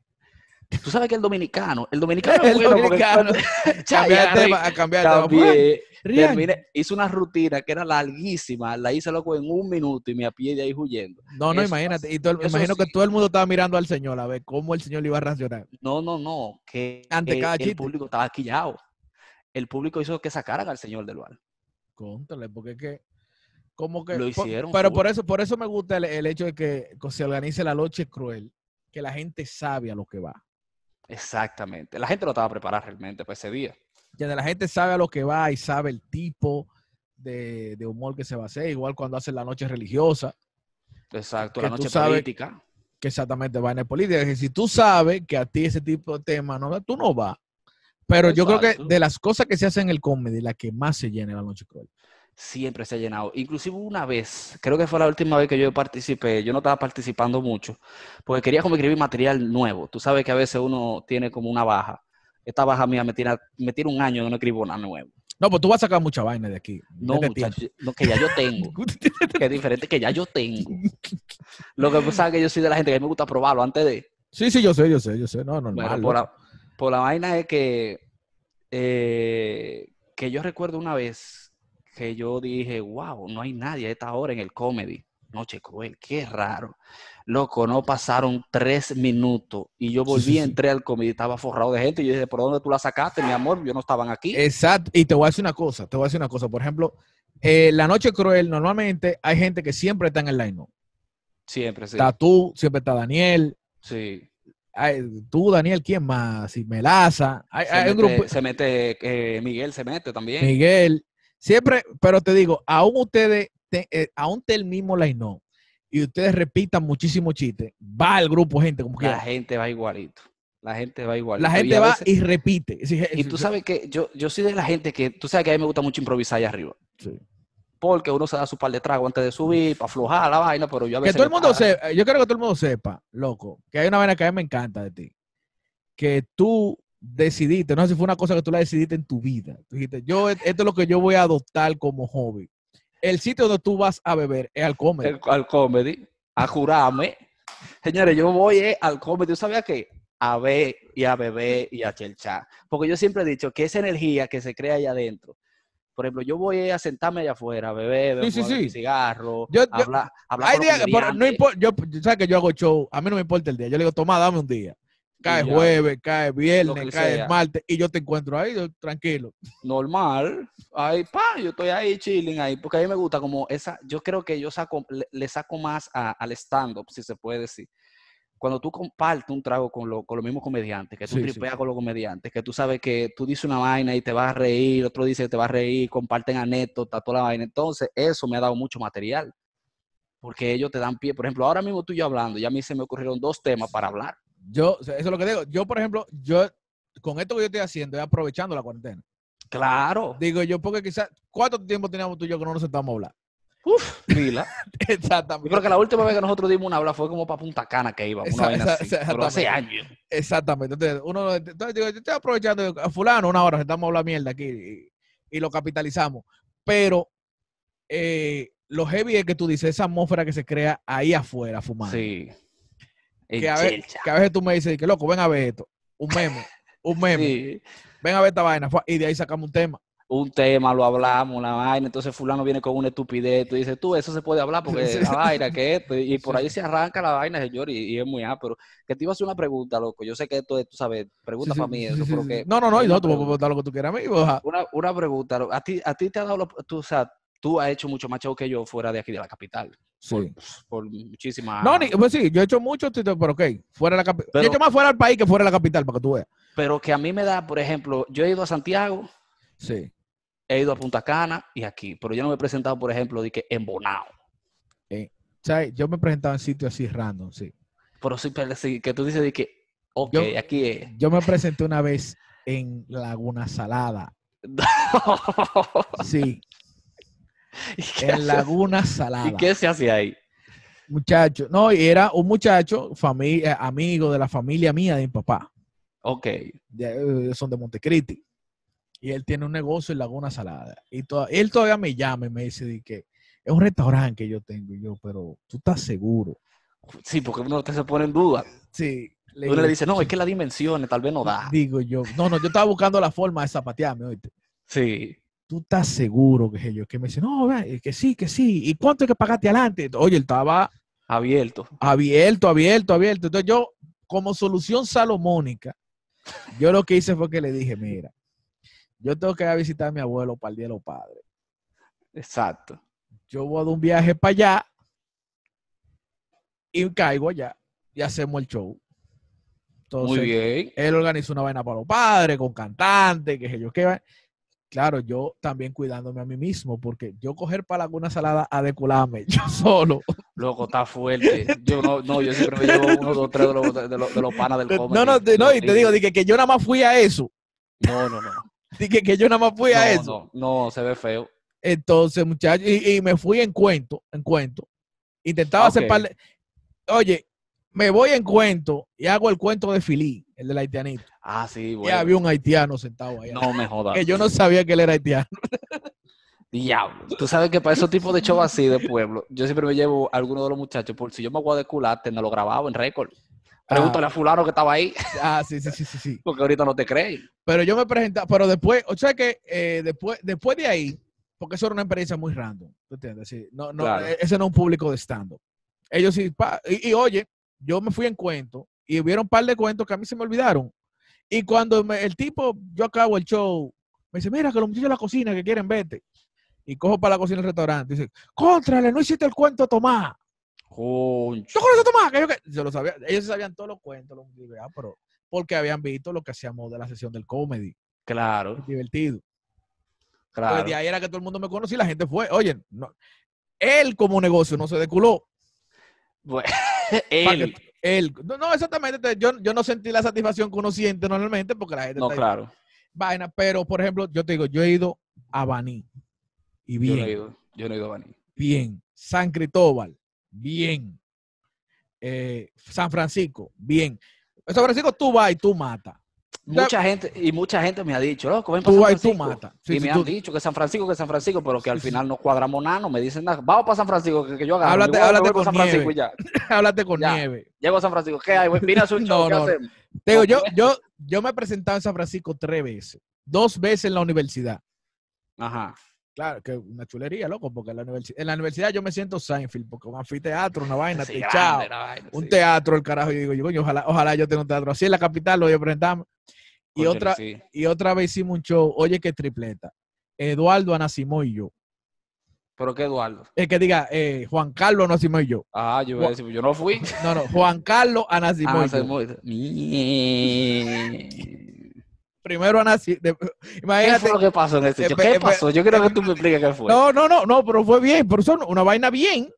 tú sabes que el dominicano,
[LAUGHS]
el dominicano es
El
bueno porque-
dominicano.
[LAUGHS]
[LAUGHS]
Ya,
Cambiar
ya,
de tema, a cambiar de tema.
Cambié,
Rian.
terminé, hice una rutina que era larguísima, la hice loco en un minuto y me apié de ahí huyendo.
No, no,
Eso
imagínate. Y todo el-
eso
imagino que
sí.
todo el mundo estaba mirando al señor a ver cómo el señor le iba a reaccionar.
No, no, no, que
Ante
que
cada
el
chiste.
público estaba quillado. El público hizo que sacaran al señor del bar.
Cóntale, porque es que. Como que.
Lo
po-
hicieron,
pero por
full.
eso, por eso me gusta el, el hecho de que co- se organice la noche cruel, que la gente sabe a lo que va.
Exactamente. La gente no estaba preparada realmente para ese día.
Ya la gente sabe a lo que va y sabe el tipo de, de humor que se va a hacer. Igual cuando hacen la noche religiosa,
Exacto,
Que
la
tú
noche
sabes-
política.
que exactamente va en el político. Es decir, si tú sabes que a ti ese tipo de tema no, tú no vas. Pero yo creo que
Exacto.
de las cosas que se hacen en el comedy, la que más se llena es la noche cruel.
siempre se ha llenado. Inclusive una vez, creo que fue la última vez que yo participé, yo no estaba participando mucho, porque quería como escribir material nuevo. Tú sabes que a veces uno tiene como una baja. Esta baja mía me tiene, me tiene un año que no escribo nada nuevo.
No, pues tú vas a sacar mucha vaina de aquí.
No,
Vete a
muchacho, lo que ya yo
[LAUGHS]
tengo. que es diferente que ya yo tengo. Lo que pasa es que yo soy de la gente que a mí me gusta probarlo antes de.
Sí, sí, yo sé, yo sé, yo sé. No,
Bueno,
normal.
por,
loco.
la, por la vaina es que. eh, que yo recuerdo una vez que yo dije, wow, no hay nadie a esta hora en el comedy. Noche cruel, qué raro. Loco, no pasaron tres minutos y yo volví,
Sí, sí, sí.
entré al comedy, estaba forrado de gente. Y yo dije, ¿por dónde tú la sacaste, mi amor? Yo no estaban
Eh,
aquí.
Exacto. Y te voy a decir una cosa, te voy a decir una cosa. Por ejemplo, eh, La Noche Cruel, normalmente hay gente que siempre está en el line
Siempre, sí.
Está tú, siempre está Daniel.
sí.
Ay, tú, Daniel, ¿quién más? Si Melaza. Hay,
Se,
hay un
mete,
grupo.
se mete, eh, Miguel se mete también.
Miguel. Siempre, pero te digo, aún ustedes, te- eh, aún te el mismo line y ustedes repitan muchísimo chiste, va al grupo gente como que
La gente va igualito. La gente va igualito.
la
Y
gente
a
va
veces-
y repite. Sí,
Y tú
sí,
sabes que yo, yo soy de la gente que, tú sabes que a mí me gusta mucho improvisar allá arriba.
sí.
Porque uno se da su par de tragos antes de subir, para aflojar la vaina, pero yo a
Que
veces...
todo el
me
mundo
paro.
sepa, yo quiero que todo el mundo sepa, loco, que hay una vaina que a mí me encanta de ti. Que tú decidiste, no sé si fue una cosa que tú la decidiste en tu vida. Tú dijiste, yo, esto es lo que yo voy a adoptar como hobby. El sitio donde tú vas a beber es al comer.
El- al comedy, a jurarme. Señores, yo voy eh, al comedy, ¿tú sabes a qué? A ver y a beber y a chelchar. Porque yo siempre he dicho que esa energía que se crea allá adentro. Por ejemplo, yo voy eh, a sentarme allá afuera, a beber,
Sí, sí,
fumar
sí.
mi cigarro,
Yo- yo-
hablar, hablar
Hay
con los
días que, pero no
comediantes.
importa, yo, yo- sabes que yo hago show, a mí no me importa el día. Yo le digo, toma, dame un día. Cae
ya.
jueves, cae
que
viernes, cae
sea.
martes, y yo te encuentro ahí, yo, tranquilo.
normal. Ahí, pa, yo estoy ahí chilling ahí, porque a mí me gusta como esa, yo creo que yo saco, le, le saco más a- al stand-up, si se puede decir. Cuando tú compartes un trago con, lo- con los mismos comediantes, que tú
Sí, sí,
tripeas
sí.
con los comediantes, que tú sabes que tú dices una vaina y te vas a reír, otro dice que te va a reír, comparten anécdotas, toda la vaina. Entonces, eso me ha dado mucho material, porque ellos te dan pie. Por ejemplo, ahora mismo tú y yo hablando, ya a mí se me ocurrieron dos temas para hablar.
Yo, o sea, eso es lo que digo. Yo, por ejemplo, yo, con esto que yo estoy haciendo, es aprovechando la cuarentena.
Claro.
Digo yo, porque quizás, ¿cuánto tiempo teníamos tú y yo que no nos sentamos a hablar? [LAUGHS]
Uf, pila. Yo
Exactamente.
creo que la última vez que nosotros dimos una habla fue como para Punta Cana que íbamos,
Esa-
una vaina
esa-
así.
esa-
Pero hace
exactamente.
años.
Exactamente. Entonces, uno, entonces digo, yo estoy aprovechando a fulano una hora, sentamos a hablar mierda aquí y, y lo capitalizamos. Pero eh, lo heavy es que tú dices, esa atmósfera que se crea ahí afuera fumando.
Sí. En
Que a, ve-
Chelcha.
que a veces tú me dices, que loco, ven a ver esto. Un meme, un meme.
Sí.
Ven a ver esta vaina. fua, Y de ahí sacamos un tema.
Un tema, lo hablamos, la vaina. Entonces fulano viene con una estupidez. Tú dices, tú, eso se puede hablar
[LAUGHS]
porque
Sí.
la vaina, que esto. Y por
Sí.
ahí se arranca la vaina, señor, y, y es muy áspero. Que te iba a hacer una pregunta, loco. Yo sé que esto es, tú sabes, pregunta
Sí, sí,
para mí.
sí,
Eso,
sí,
pero
sí.
que-
No, no, no, y
una
no, tú puedes
pregunta.
preguntar lo que tú quieras a mí. pues, oja.
Una, una pregunta, loco. a ti, a ti te ha dado, la- tú, o sea, tú has hecho mucho más show que yo fuera de aquí, de la capital.
Sí.
Por muchísimas...
No, ni- pues sí, yo he hecho mucho, tito, pero ok, fuera de la capital. Yo he
Ah. Pero-
hecho más fuera del país que fuera de la capital, para que tú veas.
pero que a mí me da, por ejemplo, yo he ido a Santiago,
Sí.
he ido a Punta Cana y aquí, pero yo no me he presentado, por ejemplo, de que en Bonao.
¿Sabes? Yo me presentaba en sitios así random, sí.
Pero sí, pero sí, que tú dices de que, ok,
Yo-
aquí es. [LAUGHS]
Yo me presenté una vez en Laguna Salada.
[LAUGHS]
Sí,
¿Y, qué
en
hace-
Laguna
y
Salada.
qué se hace ahí?
Muchacho, no, y era un muchacho, familia, amigo de la familia mía, de mi papá.
Ok,
de- eh, son de Montecristi. Y él tiene un negocio en Laguna Salada. Y toda- él todavía me llama y me dice de que es un restaurante que yo tengo. Y yo, pero tú estás seguro.
sí, porque uno te se pone en duda.
Sí. Le
Uno
digo,
le dice, no, es que las dimensiones tal vez no da.
digo yo, no, no, yo estaba buscando la forma de zapatearme, oíste.
Sí,
Tú estás seguro que yo, que me dice, no, vea, eh, que sí, que sí. ¿Y cuánto hay que pagarte adelante? Oye, él estaba
abierto.
abierto, abierto, abierto. Entonces yo, como solución salomónica, yo lo que hice fue que le dije, mira, yo tengo que ir a visitar a mi abuelo para el Día de los Padres.
Exacto.
yo voy a dar un viaje para allá y caigo allá y hacemos el show. Entonces,
Muy bien.
él organizó una vaina para los padres, con cantantes, que sé yo qué. va- Claro, yo también cuidándome a mí mismo, porque yo coger para alguna salada a decularme [LAUGHS] yo solo.
Loco, está fuerte. Yo no, no, yo siempre me llevo uno, dos, tres de los, de los, de los panas del comedy.
No, no, te- no, y te digo, dije que yo nada más fui a eso.
No, no, no.
Dije que yo nada más fui a
no,
eso.
No, no, se ve feo.
Entonces, muchachos, y, y me fui en cuento, en cuento. Intentaba
Ah,
hacer
ok.
par de- Oye, me voy en cuento y hago el cuento de Filí, el del haitianito.
Ah, sí,
Y
bueno.
había un haitiano sentado allá.
No me jodas.
Que Eh, yo no sabía que él era haitiano.
Diablo. Tú sabes que para esos tipos de shows así de pueblo, yo siempre me llevo a alguno de los muchachos, por si yo me voy a descular, te lo grababa en récord. Pregúntale a fulano que estaba ahí,
Ah, sí, sí, sí, sí, sí.
porque ahorita no te creen.
Pero yo me presentaba, pero después, o sea que eh, después, después de ahí, porque eso era una experiencia muy random, ¿tú entiendes? Sí, no, no,
Claro.
eh, Ese no es un público de stand-up. Ellos sí, pa- y, y oye, yo me fui en cuento y hubieron un par de cuentos que a mí se me olvidaron. Y cuando me- el tipo, yo acabo el show, me dice, mira que los muchachos de la cocina que quieren verte. Y cojo para la cocina del restaurante. Dice, contrale, no hiciste el cuento a Tomás.
Concho.
Yo conozco a Tomás. Que yo, que... yo lo sabía. Ellos se sabían todos los cuentos, los, ah, pero porque habían visto lo que hacíamos de la sesión del comedy.
Claro,
Divertido. Pues de
claro.
ahí era que todo el mundo me conocía y la gente fue. Oye, no, él como negocio no se desculó.
Bueno,
Pa'
Eh, él.
que- él. No, no, exactamente. entonces, Yo, yo no sentí la satisfacción que uno siente normalmente porque la gente
No,
está ahí,
claro.
vaina. Pero, por ejemplo, yo te digo, yo he ido a Baní. Y
Yo
bien,
no he ido. Yo no he ido a Baní.
bien. San Cristóbal, bien. Eh, San Francisco, bien. En San Francisco tú vas y tú matas. Ya-
Mucha gente, y mucha gente me ha dicho, loco, ven para
Tú
San
vas y tú
Francisco.
matas. Sí,
y
sí,
me
tú- [LAUGHS]
han dicho que San Francisco, que San Francisco, pero que al
Sí, sí.
final no cuadramos nada, no me dicen nada. Vamos para San Francisco, que, que yo agarro.
Háblate-
Yo, bueno,
háblate
voy pa'
con
San Francisco y ya.
Háblate con
Ya.
nieve.
Llego a San Francisco, ¿qué hay? güey?
[LAUGHS]
Mira su
No,
show, ¿qué
no, no.
hacemos?
Te digo,
Ok.
yo, yo, yo me he presentado en San Francisco tres veces. Dos veces en la universidad.
Ajá.
Claro, que una chulería, loco, porque en la, universi- en la universidad yo me siento Seinfeld, porque un anfiteatro, una vaina,
Sí, grande,
techado,
la vaina,
un
sí.
teatro, el carajo. Yo digo, yo, coño, ojalá, ojalá yo tenga un teatro así en la capital, lo voy a presentarme. Y
Cónchale,
otra,
sí.
y otra vez hicimos un show, oye, que tripleta. Eduardo Anacimó y yo.
Pero que Eduardo.
Es que diga, eh, Juan Carlos Anacimó y yo.
Ah, yo iba a decir, pues, yo no fui.
No, no, Juan Carlos Anacimó
[LAUGHS] Ah,
y
se
yo. [LAUGHS]
murió. Mie.
Primero Anacimó.
¿Qué
[LAUGHS] Imagínate.
fue lo que pasó en ese show?
Espe-
¿Qué
espe-
pasó? Yo quiero que tú me expliques qué fue.
No, no, no, no, pero fue bien, por eso no, una vaina bien,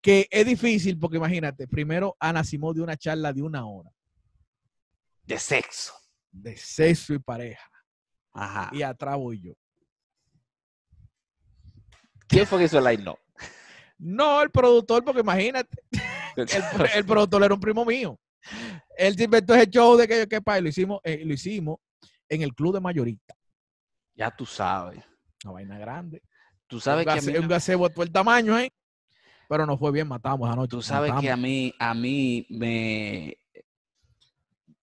que es difícil, porque imagínate, primero Ana Simón dio una charla de una hora
De sexo.
de sexo y pareja,
Ajá.
y atrás voy yo.
¿Quién fue que hizo el line no?
No, el productor, porque imagínate, [LAUGHS]
[LAUGHS]
el, el productor era un primo mío. Él se inventó ese show de que, que pa, y lo hicimos, eh, lo hicimos en el club de mayorista,
Ya tú sabes.
una vaina grande.
Tú sabes
Un,
que a
gase-
mí,
un gazebo de todo el tamaño, ¿eh? Pero no fue bien, matamos anoche.
tú sabes que a
matamos.
mí, a mí me,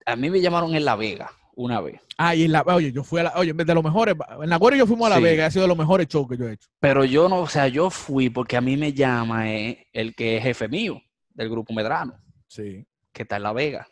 a mí me llamaron en La Vega una vez,
Ah, y en la, oye, yo fui a la, oye, de los mejores, en la Guardia yo fuimos a La
Sí.
Vega, ha sido de los mejores shows que yo he hecho.
pero yo no, o sea, yo fui porque a mí me llama eh, el que es jefe mío del grupo Medrano,
Sí.
que está en La Vega,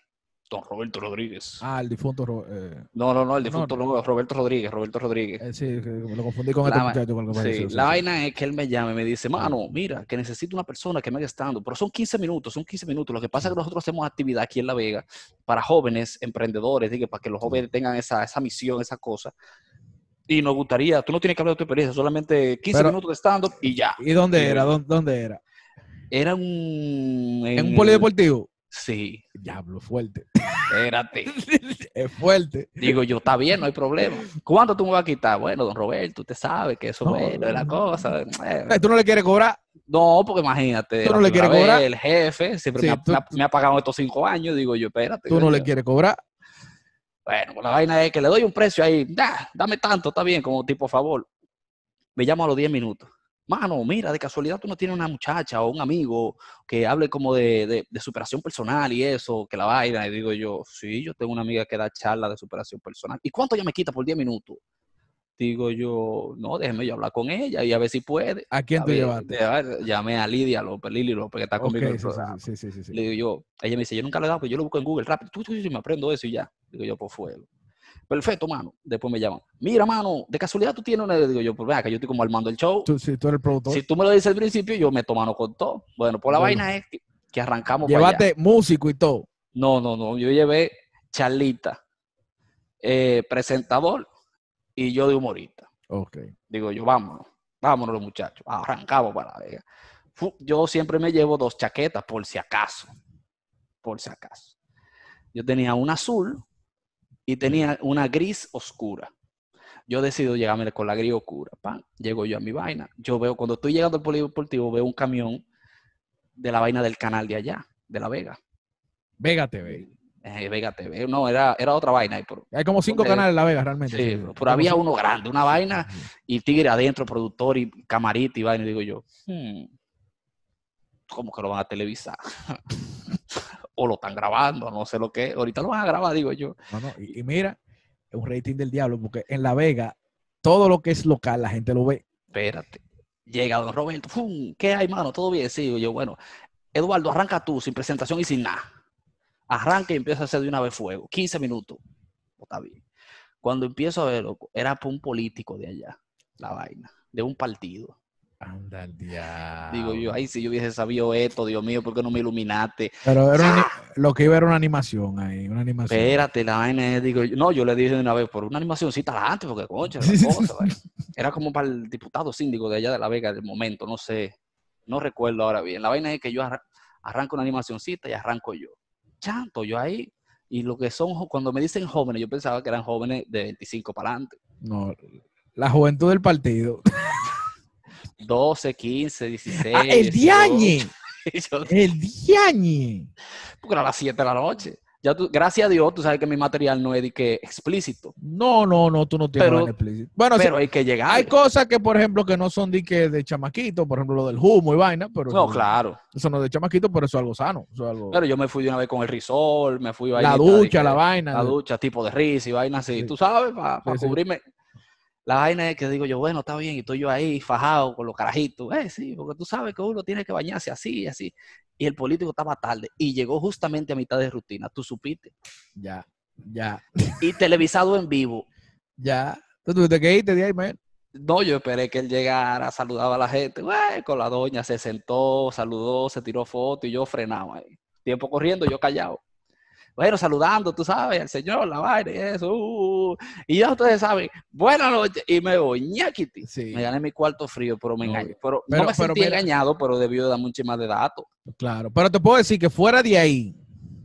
don Roberto Rodríguez.
Ah, el difunto. Ro- Eh,
No, no, no, el
No,
difunto
no.
no, Roberto Rodríguez, Roberto Rodríguez.
eh, sí, que lo confundí con
La
este
va-
muchacho. Con el que
Sí,
apareció, sí,
la
sí.
vaina es que él me llama y me dice, mano, mira, que necesito una persona que me haga estando, pero son 15 minutos, son 15 minutos. Lo que pasa es que nosotros hacemos actividad aquí en La Vega para jóvenes emprendedores, digo, para que los jóvenes tengan esa, esa misión, esa cosa. Y nos gustaría, tú no tienes que hablar de tu experiencia, solamente 15
Pero-
minutos de stand-up y ya.
¿Y dónde
Sí,
era?
oye.
¿Dónde, dónde era?
Era un...
¿En un
el-
polideportivo?
Sí,
Diablo, fuerte. [LAUGHS]
espérate.
es fuerte.
Digo yo, está bien, no hay problema. ¿Cuánto tú me vas a quitar? Bueno, don Roberto, usted sabe que eso
No,
es bueno, es la
no. [LAUGHS]
cosa. eh,
Eh, ¿Tú no le quieres cobrar?
No, porque imagínate,
Tú
la
no le
primera
quieres cobrar.
vez, el jefe siempre
Sí,
me, ha,
tú-
me ha- me ha pagado estos cinco años, digo yo, espérate.
¿Tú no
coño.
le quieres cobrar?
Bueno, pues la vaina es que le doy un precio ahí, da, dame tanto, está bien, como tipo favor. Me llamo a los 10 minutos. Mano, mira, de casualidad tú no tienes una muchacha o un amigo que hable como de, de- de superación personal y eso, que la vaina. Y digo yo, sí, yo tengo una amiga que da charla de superación personal. ¿Y cuánto ella me quita por 10 minutos? Digo yo, no, déjeme yo hablar con ella y a ver si puede.
¿A quién
Está
tú
bien,
llevaste?
ya- Llamé a Lidia López, Lili López, que está
Ok,
conmigo en el
sí,
programa.
sí, sí, sí, sí, sí.
Le digo yo, ella me dice, yo nunca lo he dado, pero yo lo busco en Google rápido. Tú, tú, tú, me aprendo eso y ya. Digo yo, por fuego. Perfecto, mano. Después me llaman. Mira, mano, de casualidad tú tienes una. Digo yo, pues vea, que yo estoy como armando el show.
Tú, sí, tú eres el productor.
Si tú me lo dices al principio, yo me mano con todo. Bueno, pues la
Bueno.
vaina es que, que arrancamos para allá.
Llevaste músico y todo.
No, no, no. Yo llevé charlita, eh, presentador y yo de humorista.
Ok.
Digo yo, vámonos, vámonos los muchachos, arrancamos para la Vega. Fu- Yo siempre me llevo dos chaquetas por si acaso, por si acaso. Yo tenía una azul y tenía una gris oscura. Yo decido llegarme con la gris oscura. Pan, llego yo a mi vaina. Yo veo, cuando estoy llegando al polideportivo, veo un camión de la vaina del canal de allá. de La Vega.
Vega TV.
Eh, Vega TV. No, era, era otra vaina. ahí, pero-
Hay como cinco
Porque-
canales en La Vega realmente.
sí,
Como
pero, había
cinco.
uno grande, una vaina, y Tigre adentro, productor y camarita y vaina. Y digo yo, hmm, ¿cómo que lo van a televisar? [LAUGHS] o lo están grabando, no sé lo que. es. Ahorita lo van a grabar, digo yo.
No, no, Y, y mira, es un rating del diablo, porque en La Vega todo lo que es local la gente lo ve.
Espérate. Llega don Roberto, ¡fum! ¿qué hay, mano? ¿Todo bien? Sí, digo yo, bueno, Eduardo, arranca tú, sin presentación y sin nada. Arranca y empieza a hacer de una vez fuego. 15 minutos. Pues, está bien. Cuando empiezo a verlo, era por un político de allá, la vaina, de un partido.
Anda el diablo.
Digo yo, ay, si yo hubiese sabido esto, Dios mío, ¿por qué no me iluminaste?
Pero era
Ah.
una ani- lo que iba era una animación ahí, una animación.
Espérate, la vaina es, digo, yo- no, yo le dije de una vez, por una animacioncita adelante, porque concha, la cosa, vale. era como para el diputado síndico de allá de La Vega del momento, no sé, no recuerdo ahora bien. La vaina es que yo arra- arranco una animacioncita y arranco yo. Chanto, yo ahí, y lo que son, jo- cuando me dicen jóvenes, yo pensaba que eran jóvenes de 25 para adelante,
No, la juventud del partido. [LAUGHS]
12, 15, 16.
¡Ah, el
18.
diañe!
[LAUGHS] Y yo,
¡El diañe!
porque era a las 7 de la noche. Ya tú- gracias a Dios, tú sabes que mi material no es de que explícito,
No, no, no, tú no tienes
Pero-
nada explícito. Bueno, sí,
pero hay que llegar.
hay cosas que, por ejemplo, que no son de, que de chamaquito, por ejemplo, lo del humo y vaina, pero
No,
eso-
claro.
eso no es de chamaquito, pero eso es algo sano. Eso es algo...
Pero yo me fui de una vez con el risol, me fui
la
vainita de
ducha,
que-
la vaina.
la ducha, tipo de risa y vaina así,
Sí.
tú sabes, para
Sí, sí.
cubrirme. La vaina es que digo yo, bueno, está bien, y estoy yo ahí fajado con los carajitos, eh, sí, porque tú sabes que uno tiene que bañarse así y así. Y el político estaba tarde y llegó justamente a mitad de rutina, tú supiste.
Ya, ya,
Y televisado en vivo.
ya. Tú tuviste que irte de ahí, man.
No, yo esperé que él llegara, saludaba a la gente, güey, con la doña, se sentó, saludó, se tiró foto y yo frenaba ahí. Tiempo corriendo, yo callado. Bueno, saludando, tú sabes, al señor, la vaina y eso. uh, uh, uh. Y ya ustedes saben, buenas noches. Y me voy, ñaquiti.
Sí,
Me gané mi cuarto frío, pero me
No,
engañé. Pero,
pero-
no me
pero
sentí
mira-
engañado, pero debió darme un chima de datos.
claro. Pero te puedo decir que fuera de ahí,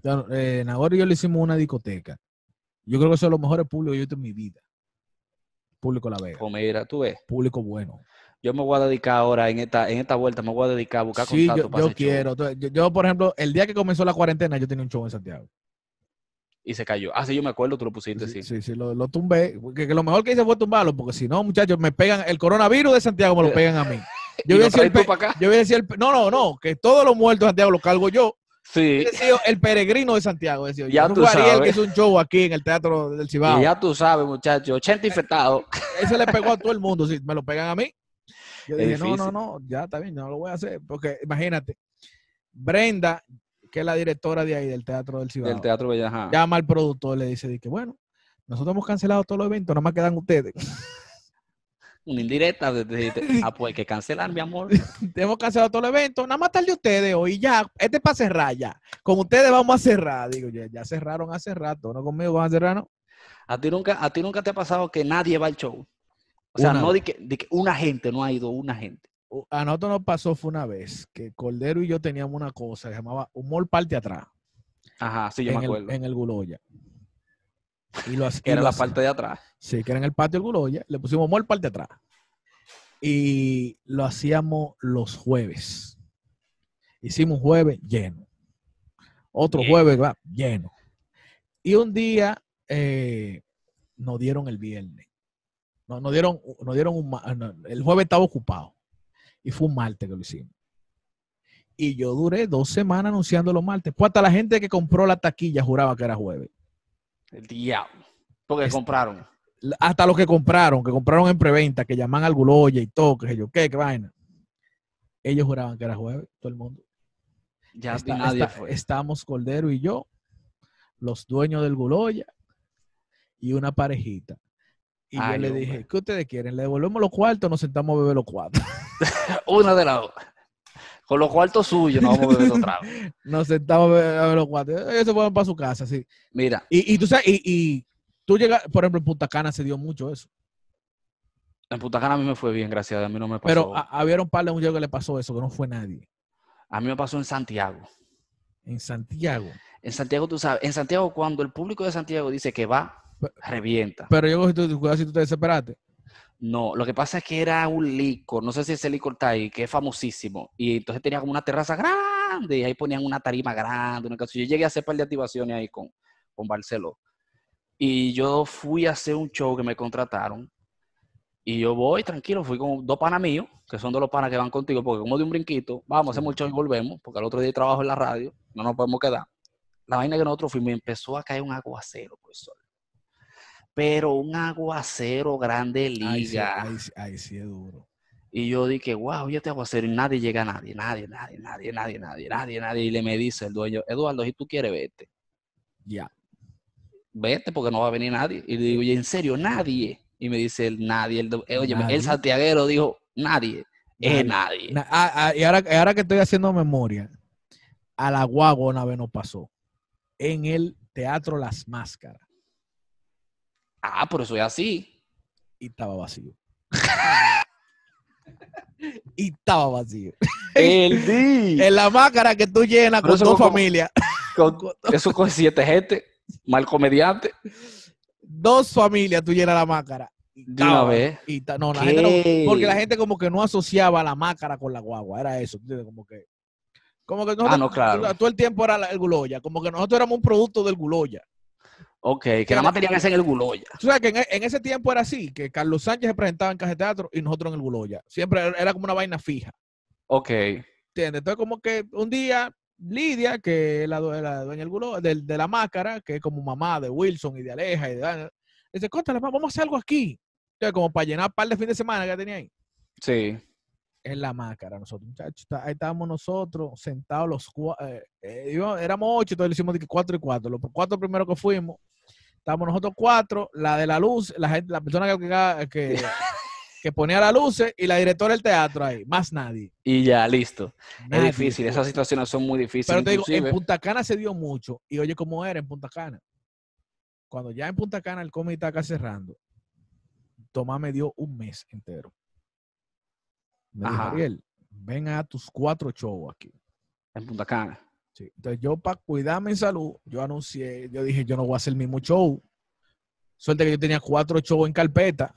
ya, eh, Nagore y yo le hicimos una discoteca. Yo creo que son los mejores públicos que yo he visto en mi vida. Público La Vega,
Pues mira, tú ves,
público bueno.
yo me voy a dedicar ahora en esta, en esta vuelta, me voy a dedicar a buscar
Sí, yo,
contactos para
yo
hacer show.
quiero. Entonces, Yo, yo, por ejemplo, el día que comenzó la cuarentena, yo tenía un show en Santiago.
Y se cayó. Ah, sí, yo me acuerdo, tú lo pusiste, sí. [LAUGHS]
Sí, sí, sí, lo, lo tumbé. Que, que lo mejor que hice fue tumbarlo, porque si no, muchachos, me pegan el coronavirus de Santiago, me lo pegan a
[LAUGHS]
mí. Yo voy a
y lo
decir el
traes tú
pe-
para acá.
yo voy a decir el pe- no, no, no, que todos los muertos de Santiago los cargo yo.
Sí.
He sido el peregrino de Santiago. he sido yo.
Ya
Yo
tú
fui Ariel,
sabes.
que hizo un show aquí en el Teatro del Cibao.
Y ya tú sabes, muchachos, 80 infectados.
[LAUGHS] Ese le pegó a todo el mundo. Si me lo pegan a mí, yo
Es
dije, no, no,
difícil.
no, ya está bien, no lo voy a hacer. Porque imagínate, Brenda, que es la directora de ahí del Teatro del Cibao,
Del Teatro Bellajá.
llama al productor y le dice, que bueno, nosotros hemos cancelado todos los eventos, nada más quedan ustedes. [LAUGHS]
Una indirecta. de- de- de- ah, pues hay que cancelar, mi amor.
hemos cancelado todos los eventos, nada más tarde ustedes hoy ya. Este es para cerrar ya. Con ustedes vamos a cerrar. Digo, ya, ya cerraron hace rato, no conmigo van a cerrar, ¿no?
A ti nunca, a ti nunca te ha pasado que nadie va al show. O sea,
Una
no
vez.
de que, de que una gente no ha ido, una gente.
u- a nosotros nos pasó fue una vez que Cordero y yo teníamos una cosa que se llamaba Humor Parte Atrás
Ajá, sí, yo
en
me acuerdo.
el, en el Guloya. Y lo, hac-
que
y
era
lo
la
hac-
parte de atrás.
Sí, que era en el patio del Guloya. Le pusimos Humor Parte Atrás. Y lo hacíamos los jueves. Hicimos un jueves lleno. Otro
Bien.
jueves va, lleno. Y un día eh, nos dieron el viernes. No, nos dieron, nos dieron un ma- ah, no, el jueves estaba ocupado. Y fue un martes que lo hicimos. Y yo duré dos semanas anunciando los martes. Pues hasta la gente que compró la taquilla juraba que era jueves.
El diablo. Porque
Es-
compraron.
La- Hasta los que compraron, que compraron en preventa, que llaman al Guloya y todo, que sé yo qué, qué vaina. Ellos juraban que era jueves, todo el mundo.
Ya
Está-
y nadie
está-
fue.
Estamos Cordero y yo, los dueños del Guloya y una parejita. Y
Ay,
yo le
hombre.
dije, ¿qué ustedes quieren? ¿Le devolvemos los cuartos o nos sentamos a beber los cuatro?
Una de las dos. Con los cuartos suyos nos vamos a
[LAUGHS]
beber otra vez.
[LAUGHS] nos sentamos a beber, a beber los cuatro. Ellos se fueron para su casa, sí.
Mira,
Y, y tú sabes, y, y tú llegas, por ejemplo, en Punta Cana se dio mucho eso.
en Punta Cana a mí me fue bien, gracias a Dios. A mí no me pasó.
Pero ah,
a...
ha- había un par de muchachos que le pasó eso, que no fue nadie.
mí me pasó en Santiago.
En Santiago.
En Santiago, tú sabes, en Santiago, cuando el público de Santiago dice que va,
Pe-
revienta.
Pero yo cogí tu cuidado si tú te desesperaste.
No, lo que pasa es que era un licor, no sé si ese licor está ahí, que es famosísimo. Y entonces tenía como una terraza grande grande. Y ahí ponían una tarima grande. Una cosa. Yo llegué a hacer par de activaciones ahí con, con Barceló. Y yo fui a hacer un show que me contrataron. Y yo voy tranquilo, fui con dos panas míos, que son de los panas que van contigo, porque como de un brinquito, vamos, hacemos el show y volvemos, porque al otro día hay trabajo en la radio, no nos podemos quedar. La vaina que nosotros fuimos, empezó a caer un aguacero, por sol. Pero un aguacero grande liga.
Ahí sí, ahí sí- ahí sí es duro.
Y yo dije, wow, yo te voy a hacer. Y nadie llega, nadie, nadie, nadie, nadie, nadie, nadie, nadie, nadie. Y le me dice el dueño, Eduardo, si tú quieres, vete.
Ya.
Vete porque no va a venir nadie. Y le digo, oye, ¿en serio? Nadie. Y me dice el nadie. El, do- eh, óyeme,
Nadie.
el santiaguero dijo, nadie. Es nadie.
Na- ah, ah, y ahora, y ahora que estoy haciendo memoria, a la guagua una vez nos pasó. En el Teatro Las Máscaras.
Ah, pero soy así.
Y estaba vacío. y estaba vacío.
[LAUGHS] El D.
En la máscara que tú llenas
Pero
con
eso
tu
como-
familia.
Con- Eso con siete gente. Mal comediante.
dos familias tú llenas la máscara. Y
De una
estaba-
vez.
y ta- no, la
¿Qué?
gente no- porque la gente como que no asociaba la máscara con la guagua, era eso, ¿tú entiendes? como que como que
Ah,
nosotros
no, claro.
todo el tiempo era la- el guloya, como que nosotros éramos un producto del guloya.
Ok, que nada más tenía que ser en el guloya.
Tú sabes que en, e- en ese tiempo era así, que Carlos Sánchez se presentaba en Caja Teatro y nosotros en el guloya. Siempre era- era como una vaina fija.
Ok.
¿Entiendes? Entonces, como que un día Lidia, que es la, due- la dueña del gulo, del- de, la máscara, que es como mamá de Wilson y de Aleja y de Daniel, dice, cóntale, vamos a hacer algo aquí. Entonces, como para llenar un par de fin de semana que tenía ahí.
Sí.
En la máscara, nosotros, muchachos, está- ahí estábamos nosotros sentados los cuatro, éramos ocho, entonces le hicimos de que cuatro y cuatro. Los cuatro primeros que fuimos, estábamos nosotros cuatro, la de la luz, la, gente, la persona que, que,
[LAUGHS]
que ponía las luces y la directora del teatro ahí, más nadie.
Y ya, listo. Es
Nadie.
difícil, esas situaciones son muy difíciles.
Pero te digo, en
inclusive.
Punta Cana se dio mucho. Y oye, ¿cómo era en Punta Cana? Cuando ya en Punta Cana el cómic está acá cerrando, Tomás me dio un mes entero. Me dijo,
Ajá.
Ariel, ven a tus cuatro shows aquí.
en Punta Cana.
Sí. Entonces yo para cuidarme en salud, yo anuncié, yo dije, yo no voy a hacer el mismo show. Suerte que yo tenía cuatro shows en carpeta,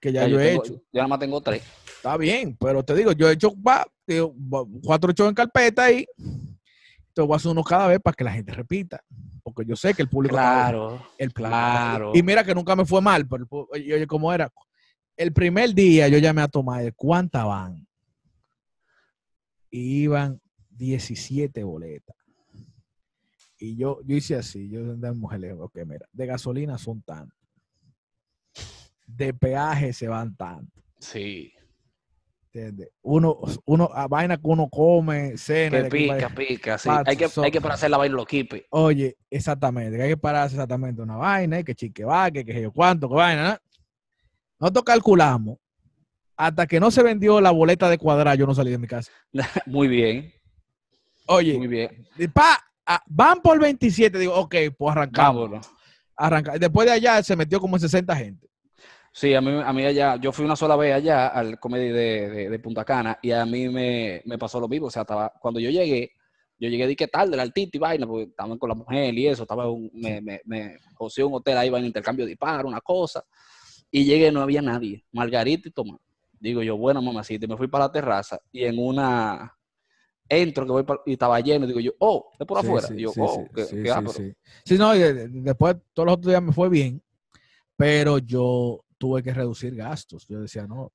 que ya,
Ya
yo, he
tengo-
hecho.
Yo nada más tengo tres.
Está bien, pero te digo, yo he hecho va, digo, va, cuatro shows en carpeta ahí. Entonces voy a hacer uno cada vez para que la gente repita. Porque yo sé que el público. está bueno,
Claro.
el público está bueno.
Claro.
Y mira que nunca me fue mal, pero el pu- y oye, ¿cómo era? El primer día yo llamé a Tomás, de, ¿cuántas van? Y iban 17 boletas. Y yo, yo hice así, yo andaba en mujeres, ok, mira, de gasolina son tantos. De peaje se van tantos.
Sí.
¿Entiendes? Uno, uno, a vaina que uno come, cena.
Que
de aquí para
pica,
allá.
pica. Sí.
Pato,
Hay que,
sopa.
hay que para hacer la vaina lo quipe.
Oye, exactamente, que hay que pararse exactamente una vaina, y que chique va, que que sé yo cuánto, que vaina, ¿no? Nosotros calculamos, hasta que no se vendió la boleta de cuadrado, yo no salí de mi casa.
[LAUGHS] Muy bien. Muy
Oye,
bien.
y pa, ah, van por 27, digo, ok, pues arrancamos.
Vámonos.
arranca. Después de allá se metió como en 60 gente.
Sí, a mí, a mí allá, yo fui una sola vez allá al comedy de, de- de Punta Cana y a mí me, me pasó lo mismo. O sea, estaba, cuando yo llegué, yo llegué de que tarde, el altito y vaina, porque estaban con la mujer y eso, estaba un, me, me, me joseó un hotel ahí, va en intercambio de disparos, una cosa. Y llegué, no había nadie, Margarita y Tomás. Digo yo, bueno, mamacita, y me fui para la terraza y en una entro que voy para- y estaba lleno, digo yo, oh, es por
Sí,
afuera.
sí,
y yo,
sí,
oh,
sí,
qué,
sí,
qué
sí,
ápero".
sí. Sí, no, y de- de- después todos los otros días me fue bien, pero yo tuve que reducir gastos. Yo decía, no.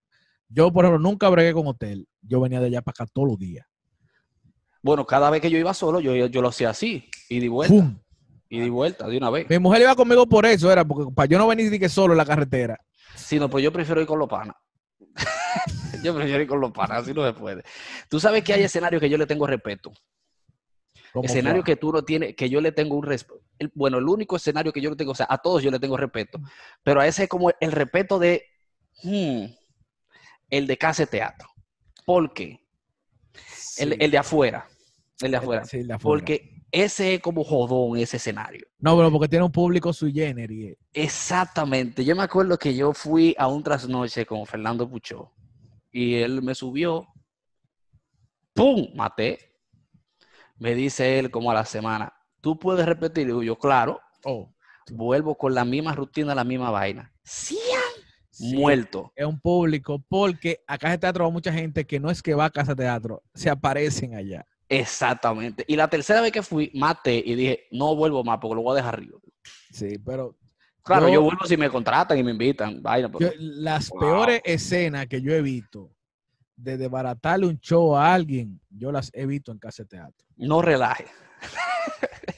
Yo, por ejemplo, nunca bregué con hotel. Yo venía de allá para acá todos los días.
Bueno, cada vez que yo iba solo, yo, yo lo hacía así, y di vuelta,
¡Pum!
y di vuelta, de una vez.
Mi mujer iba conmigo por eso, era porque para yo no venir ni que solo en la carretera.
Sí, no, pero yo prefiero ir con los panas. [LAUGHS] yo prefiero ir con los panas, así no se puede. Tú sabes que hay escenarios que yo le tengo respeto.
Como
Escenario
fue.
que tú no tienes, que yo le tengo un respeto. Bueno, el único escenario que yo le tengo, o sea, a todos yo le tengo respeto, pero a ese es como el respeto de hmm, el de casa de teatro. ¿Por qué? El, el de afuera. El de afuera.
Sí, el de afuera.
Porque ese es como jodón, ese escenario.
No, pero porque tiene un público sui generis. eh.
Exactamente. Yo me acuerdo que yo fui a un trasnoche con Fernando Puchó y él me subió. ¡Pum! Maté. Me dice él como a la semana, ¿tú puedes repetir? Digo yo, claro.
Oh,
Vuelvo con la misma rutina, la misma vaina. ¡Sí!
sí,
Muerto.
Es un público porque acá en teatro va mucha gente que no es que va a casa de teatro, se aparecen allá.
Exactamente. Y la tercera vez que fui, maté y dije, no vuelvo más porque lo voy a dejar arriba.
Sí, pero
Claro, yo,
Yo-
vuelvo si me contratan y me invitan. Vaina, pero-
yo- las
Wow.
peores escenas que yo he visto de desbaratarle un show a alguien, yo las he visto en casa de teatro.
No relaje. [LAUGHS]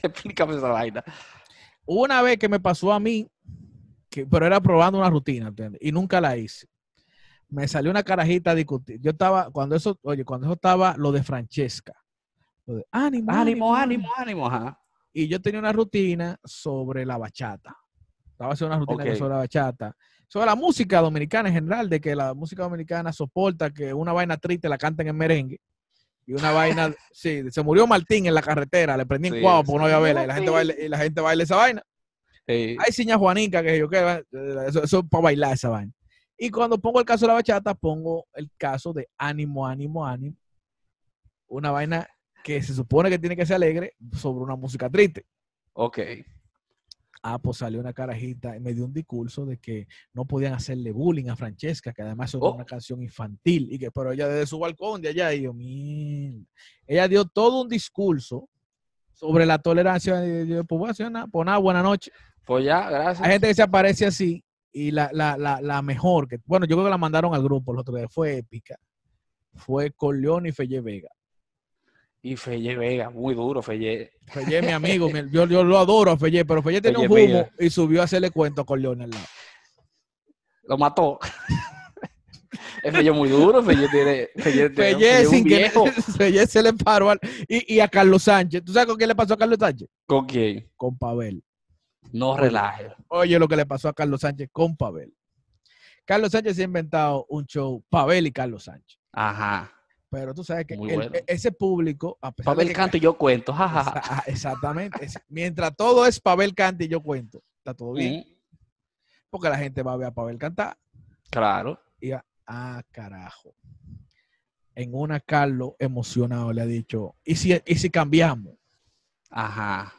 Explícame esa vaina.
Hubo una vez que me pasó a mí, que, pero era probando una rutina, ¿entiendes? Y nunca la hice. Me salió una carajita a discutir. Yo estaba, cuando eso, oye, cuando eso estaba lo de Francesca. Lo de ánimo,
Ánimo, ánimo, ánimo, ajá.
y yo tenía una rutina sobre la bachata. Estaba haciendo una rutina que
Ok.
sobre la bachata. Sobre la música dominicana en general, de que la música dominicana soporta que una vaina triste la canten en merengue. Y una
[LAUGHS]
vaina, sí, se murió Martín en la carretera, le prendí
Sí,
en cuavo
sí.
porque no había vela. Y la gente baila, y la gente baila esa vaina.
Sí.
Hay siña Juanica, que yo que eso, eso es para bailar esa vaina. Y cuando pongo el caso de la bachata, pongo el caso de ánimo, ánimo, ánimo. Una vaina que se supone que tiene que ser alegre sobre una música triste.
Ok.
Ah, pues salió una carajita y me dio un discurso de que no podían hacerle bullying a Francesca, que además eso
Oh.
era una canción infantil, y que, pero ella desde su balcón de allá, y yo, "Mierda". Ella dio todo un discurso sobre la tolerancia, y yo, pues voy a hacer nada, pues nada, buena noche.
Pues ya, gracias.
Hay gente que se aparece así, y la, la, la, la mejor, que, bueno, yo creo que la mandaron al grupo el otro día, fue épica, fue Corleone y Felle Vega.
Y Felle Vega, muy duro, Felle.
Felle es mi amigo, mi- yo, yo lo adoro a Felle, pero Felle tenía
Felle
un humo
Vega.
y subió a hacerle cuento a Corleone al lado.
Lo mató. [LAUGHS] es Felle muy duro, Felle tiene. Felle, tiene- Felle
Fellé
es un
sin que [LAUGHS]
viejo.
Fellé se le paró al- y, y a Carlos Sánchez. ¿Tú sabes con qué le pasó a Carlos Sánchez?
¿Con quién?
Con Pavel.
No relaje.
Oye, lo que le pasó a Carlos Sánchez con Pavel. Carlos Sánchez se ha inventado un show, Pavel y Carlos Sánchez.
Ajá.
Pero tú sabes que
Muy
el-
bueno.
e- ese público, a pesar de
Pavel
que- [LAUGHS]
canto y yo cuento, jajaja.
Exa- Exactamente. Es- mientras todo es Pavel canta y yo cuento, está todo bien.
Mm,
Porque la gente va a ver a Pavel cantar.
Claro.
Y va, ah, carajo. En una, Carlos emocionado le ha dicho, ¿y si, y si cambiamos?
Ajá.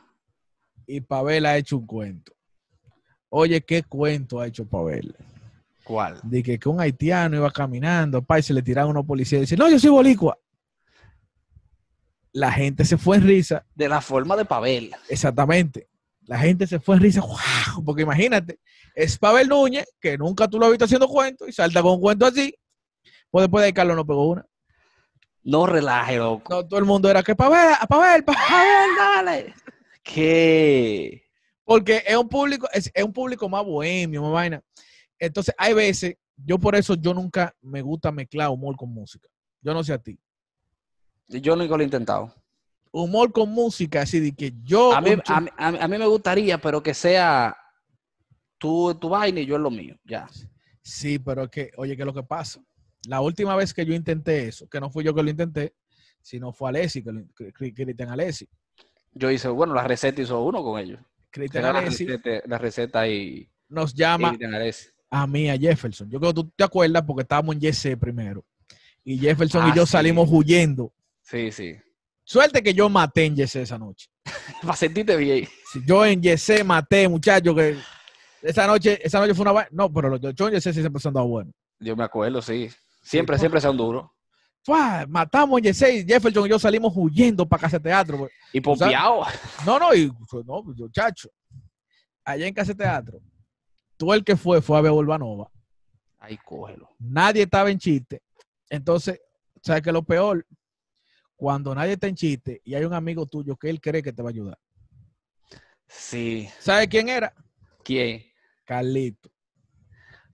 y Pavel ha hecho un cuento. Oye, ¿qué cuento ha hecho Pavel?
¿Cuál?
De que, que un haitiano iba caminando, pa, y se le tiraron unos policías y dice, no, yo soy boricua. La gente se fue en risa,
De la forma de Pavel.
exactamente. La gente se fue en risa, ¡guau! porque imagínate, es Pavel Núñez, que nunca tú lo has visto haciendo cuentos, y salta con un cuento así. Pues después de ahí Carlos no pegó una.
No relaje, loco.
No, todo el mundo era que Pavel, Pavel, Pavel, dale.
¿Qué?
Porque es un público, es, es un público más bohemio, más vaina. Entonces, hay veces, yo por eso yo nunca me gusta mezclar humor con música. Yo no sé a ti.
Yo nunca lo he intentado.
Humor con música, así de que yo.
A mí,
un chu-
a, mí, a mí- a mí me gustaría, pero que sea tú tu vaina y yo en lo mío. Ya.
Sí, pero es que, oye, ¿qué es lo que pasa? La última vez que yo intenté eso, que no fui yo que lo intenté, sino fue Alessi, que lo- Cri- Cri- Cristian Alessi.
Yo hice, bueno, la receta hizo uno con ellos.
Cristian
Era la
Alessi
receta, la receta y,
nos
y
llama
Cristian Alessi.
a mí, a Jefferson. Yo creo que tú te acuerdas porque estábamos en Yes primero. Y Jefferson
Ah,
y yo
sí.
salimos huyendo.
Sí, sí. [LAUGHS]
Suerte que yo maté en Yes esa noche.
Para sentirte bien.
Si yo en Yesé maté, muchacho, que esa noche, esa noche fue una vaina. No, pero los yo en Yesé sí siempre se han dado buenos.
Yo me acuerdo, sí. Siempre,
Sí.
siempre son duros.
Fua, Matamos en Yesé y Jefferson y yo salimos huyendo para casa de teatro. güey.
Y
sabes-
pompeado.
No, no, y pues, no, pues, muchacho. Allá en casa de teatro, tú el que fue, fue a ver Urbanova.
Ay, cógelo.
Nadie estaba en chiste. Entonces, ¿sabes qué es lo peor? Cuando nadie está en chiste y hay un amigo tuyo que él cree que te va a ayudar.
Sí.
¿Sabes quién era?
¿Quién?
Carlito,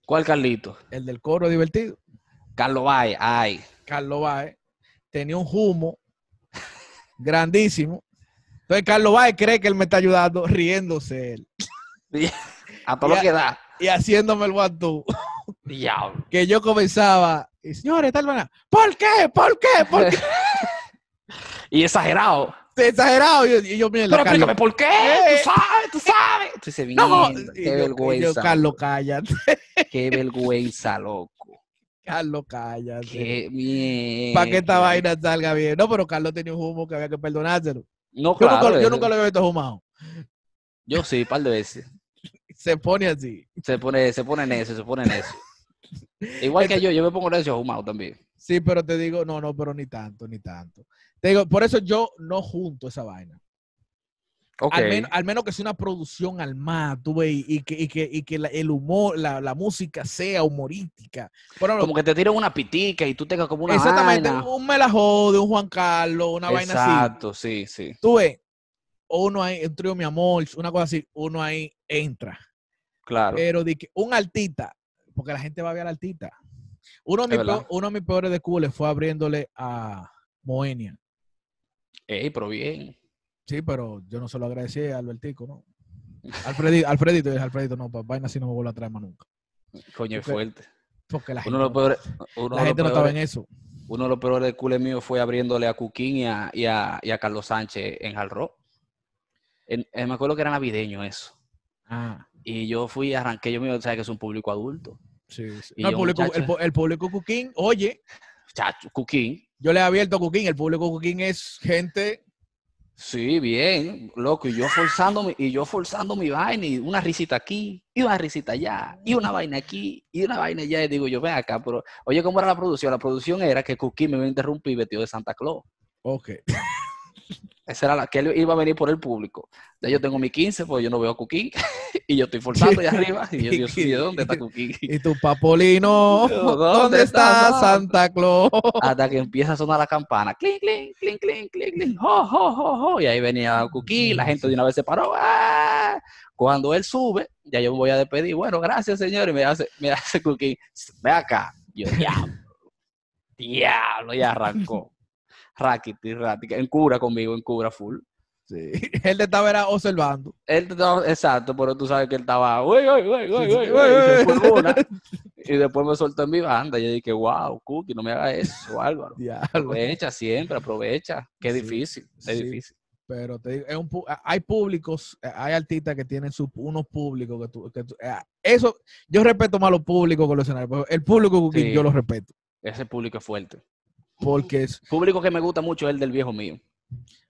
¿Cuál Carlito?
el del coro divertido.
Carlos Valle. Ay. [LAUGHS]
Carlos Baez tenía un humo grandísimo. Entonces Carlos Baez cree que él me está ayudando riéndose él
A todo lo
Ya.
que da.
y haciéndome el guantú.
Diablo.
Que yo comenzaba, y, señores, tal vaina, ¿por qué? ¿Por qué? ¿Por qué? [LAUGHS]
Y exagerado.
Te exagerado. Y yo, y yo, mierda,
Pero
Carlos.
explícame por qué.
Eh.
Tú sabes, tú sabes. Tú dices,
No,
"Mierda,
Y
qué
yo- y
vergüenza.
yo, Carlos, cállate.
Qué vergüenza, loco.
Carlos, cállate.
Qué mierda.
Para que esta vaina salga bien. No, pero Carlos tenía un humo que había que perdonárselo.
No,
Yo,
claro.
nunca, yo
eso-
nunca lo había visto fumado.
yo sí, un par de veces.
Se pone así. [LAUGHS] Este-
Se pone, se pone necio, se pone necio. Igual que yo, yo me pongo necio fumado también.
Sí, pero te digo, no, no, pero ni tanto, ni tanto. Te digo, por eso yo no junto esa vaina.
Ok.
Al, menos, al menos que sea una producción al más, tú ves, y que, y que, y que la- el humor, la, la música sea humorística. Por ejemplo,
Como que te tiran una pitica y tú tengas como una
exactamente,
vaina.
un Melajo de un Juan Carlos, una vaina así.
Exacto, sí, sí.
Tú ves, o uno ahí, un trío mi amor, una cosa así, uno ahí entra.
Claro.
Pero de que un altita, porque la gente va a ver al altita. Uno de,
Es
mis
verdad.
peor- uno de mis peores de Cuba le fue abriéndole a Moenia.
Ey, pero bien.
Sí, pero yo no se lo agradecí a Albertico, [LAUGHS] ¿no? Alfredito, Alfredito, yo dije, Alfredito, no, pa, vaina así no me vuelvo a traer más nunca.
Coño, es
Porque-
fuerte.
Porque la gente,
Uno de los peores,
la
uno de los
gente no estaba
peores-
en eso.
uno de los peores del culo mío fue abriéndole a Cuquín y a, y a- y a Carlos Sánchez en Jarro. eh, me acuerdo que era navideño eso.
Ah,
Y yo fui, arranqué, yo me sabes que es un público adulto.
sí, sí.
Y
No, el,
yo,
público,
muchacho.
el pu- el público Cuquín, oye,
Chacho, Cuquín,
yo le he abierto a Cuquín, el público Cuquín es gente.
sí, bien, loco, y yo forzando mi, y yo forzando mi vaina, y una risita aquí, y una risita allá, y una vaina aquí, y una vaina allá, y digo yo, ven acá, pero, oye, ¿cómo era la producción? La producción era que Cuquín me iba a interrumpir vestido de Santa Claus.
Ok.
Esa era la que él iba a venir por el público. Ya yo tengo mi 15, pues yo no veo a Cuquín, [LAUGHS] y yo estoy forzando allá arriba, y yo, Dios mío, ¿dónde está Cuquín?
Y tu papolino,
No,
[LAUGHS] ¿dónde,
¿dónde
está,
está
Santa Claus?
hasta que empieza a sonar la campana. Clink, clink, clink, clink, clink, clink. Jo, jo, jo, jo. Y ahí venía Cuquí, la gente de una vez se paró. ¡Ah! Cuando él sube, ya yo me voy a despedir. Bueno, gracias, señor. Y me hace, me hace Cuquí, ve acá. Yo, diablo. Diablo, ya arrancó. Raquiti, raquiti. En cura conmigo, en cura full.
Sí. [LAUGHS] Él te estaba era, observando.
Él estaba, exacto, pero tú sabes que él estaba, uy, uy, uy, uy,
sí,
uy, uy,
uey,
y se
uey.
fue una. Y después me soltó en mi banda. Y yo dije, wow, Cookie, no me hagas eso, Álvaro.
Diablo.
Aprovecha siempre, aprovecha. Qué
Sí,
difícil, es
sí.
difícil.
Pero te digo, es un pu- hay públicos, eh, hay artistas que tienen sus unos públicos que tú, que tú- eh, eso, yo respeto más los públicos que los escenarios, pero el público Cuquín
Sí.
yo lo respeto,
Ese público es fuerte.
porque es,
Público que me gusta mucho es el del viejo mío.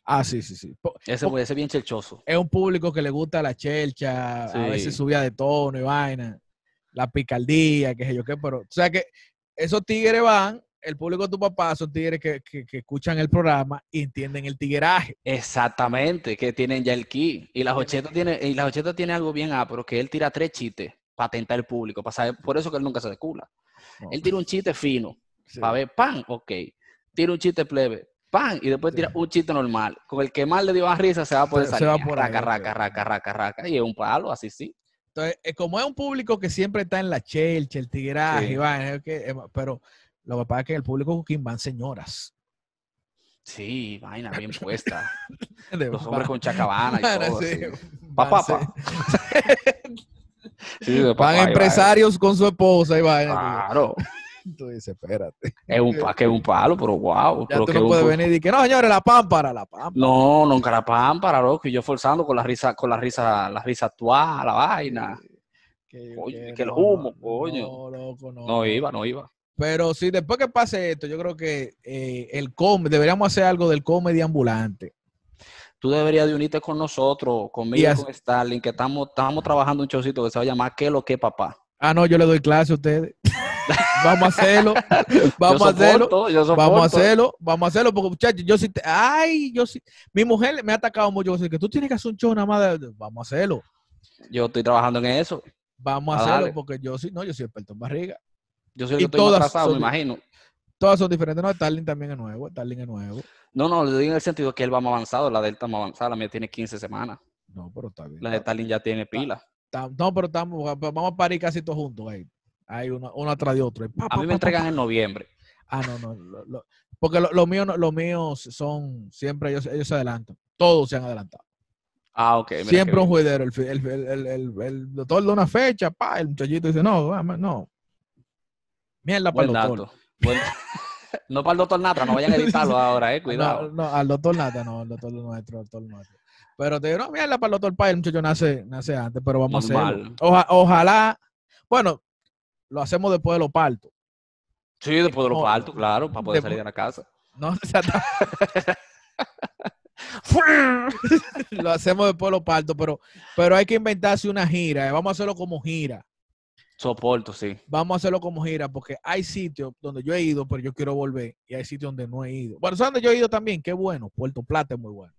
ah, sí, sí, sí, Po-
Ese, ese bien chelchoso.
es un público que le gusta la chelcha, a
Sí.
veces subida de tono y vaina, la picardía, qué sé yo qué, pero, o sea que esos tigres van, el público de tu papá son tigres que, que- que escuchan el programa y entienden el tigueraje,
Exactamente, que tienen ya el ki. Y las ochetas tiene, y las ochetas tiene algo bien pero que él tira tres chistes para tentar el público. Para saber, por eso que él nunca se decula.
No.
Él tira un chiste fino,
Sí.
para ver, pan, ok. Tira un chiste plebe, pan, y después
Sí.
tira un chiste normal. Con el que más le dio más risa se va por
Se-
esa
se va
línea.
por ahí,
raca,
ok.
raca, raca, raca, raca. Y es un palo, así sí.
Entonces, eh, como es un público que siempre está en la chelcha, el tigreaje,
Sí.
y vaina, es que, eh, pero lo que pasa es que en el público Cuquín van señoras. [LAUGHS]
Sí, vaina bien puesta.
¿entiendes?
Los
Van-
hombres con chacabana
[LAUGHS] van
y todo.
así,
Sí.
van
Papá,
se-
papá. [LAUGHS] Sí, de papá,
Van
ahí va,
empresarios con su esposa y
eh.
vaina.
Claro.
y tú- Tú dices, espérate.
Es un, pa- que es un palo, pero wow.
Ya
pero
tú
que
no
un-
puedes venir y que no, señores, la pámpara, la pámpara.
No, nunca la pámpara, loco. Y yo forzando con la risa, con la risa, la risa actual, la vaina.
Que,
Oye, que el humo, coño.
No, loco, no.
No iba, no iba.
Pero sí, después que pase esto, yo creo que eh, el comedy, deberíamos hacer algo del comedy ambulante.
Tú deberías de unirte con nosotros, conmigo
Y
y
as-
con Starling, que estamos, estamos trabajando un showcito que se va a llamar ¿Qué lo que papá?
Ah, no, yo le doy clase a ustedes.
[LAUGHS]
Vamos a hacerlo. Vamos
yo
a hacerlo.
soporto, yo
Vamos a
soporto. eh.
hacerlo, vamos a hacerlo, porque muchachos, yo sí, te- ay, yo sí, mi mujer me ha atacado mucho, así que tú tienes que hacer un show nada más, de- de- vamos a hacerlo,
Yo estoy trabajando en eso.
vamos a
Ah,
hacerlo,
dale.
porque yo sí, no, yo soy experto en barriga.
Yo soy el
Y
que estoy más
todas
atrasado, me
son-
imagino.
Todas son diferentes, no, Starling también es nuevo, Starling es nuevo.
No, no, lo digo en el sentido que él va más avanzado, la de él está más avanzada, la mía tiene 15 semanas,
No, pero está bien.
la de Stalin ya tiene pila.
Tam- no, pero estamos, vamos a parir casi todos juntos ahí. Ahí uno, uno atrás de otro. y pa,
A
pa, pa,
mí me
pa,
entregan en noviembre.
Ah, no, no. lo- lo- porque los lo míos lo mío son siempre, ellos, ellos se adelantan. Todos se han adelantado.
Ah, ok. mira qué
siempre un
bien.
juidero. El, fi- el, el, el, el, el doctor da una fecha, pa, el muchachito dice, no, vamos, no. Mierda para
Buen
el doctor.
dato. Buen- [LAUGHS] No para el doctor Natra, no vayan
[LAUGHS]
a editarlo ahora, eh,
No,
cuidado.
no, al doctor nada, no, al doctor nuestro, al doctor nuestro. Pero te digo, no, mierda para el doctor, pa, el muchacho nace, nace antes, pero vamos a hacerlo.
Normal.
Oja- ojalá, bueno, lo hacemos después de los partos.
Sí, después de los
No,
partos, claro, para poder
después-
salir de la casa.
No, [LAUGHS] O sea, lo hacemos después de los partos, pero, pero hay que inventarse una gira. eh, Vamos a hacerlo como gira.
Soporto, sí.
Vamos a hacerlo como gira, porque hay sitios donde yo he ido, pero yo quiero volver, y hay sitios donde no he ido. Bueno, ¿sabes dónde yo he ido también? Qué bueno, Puerto Plata es muy bueno.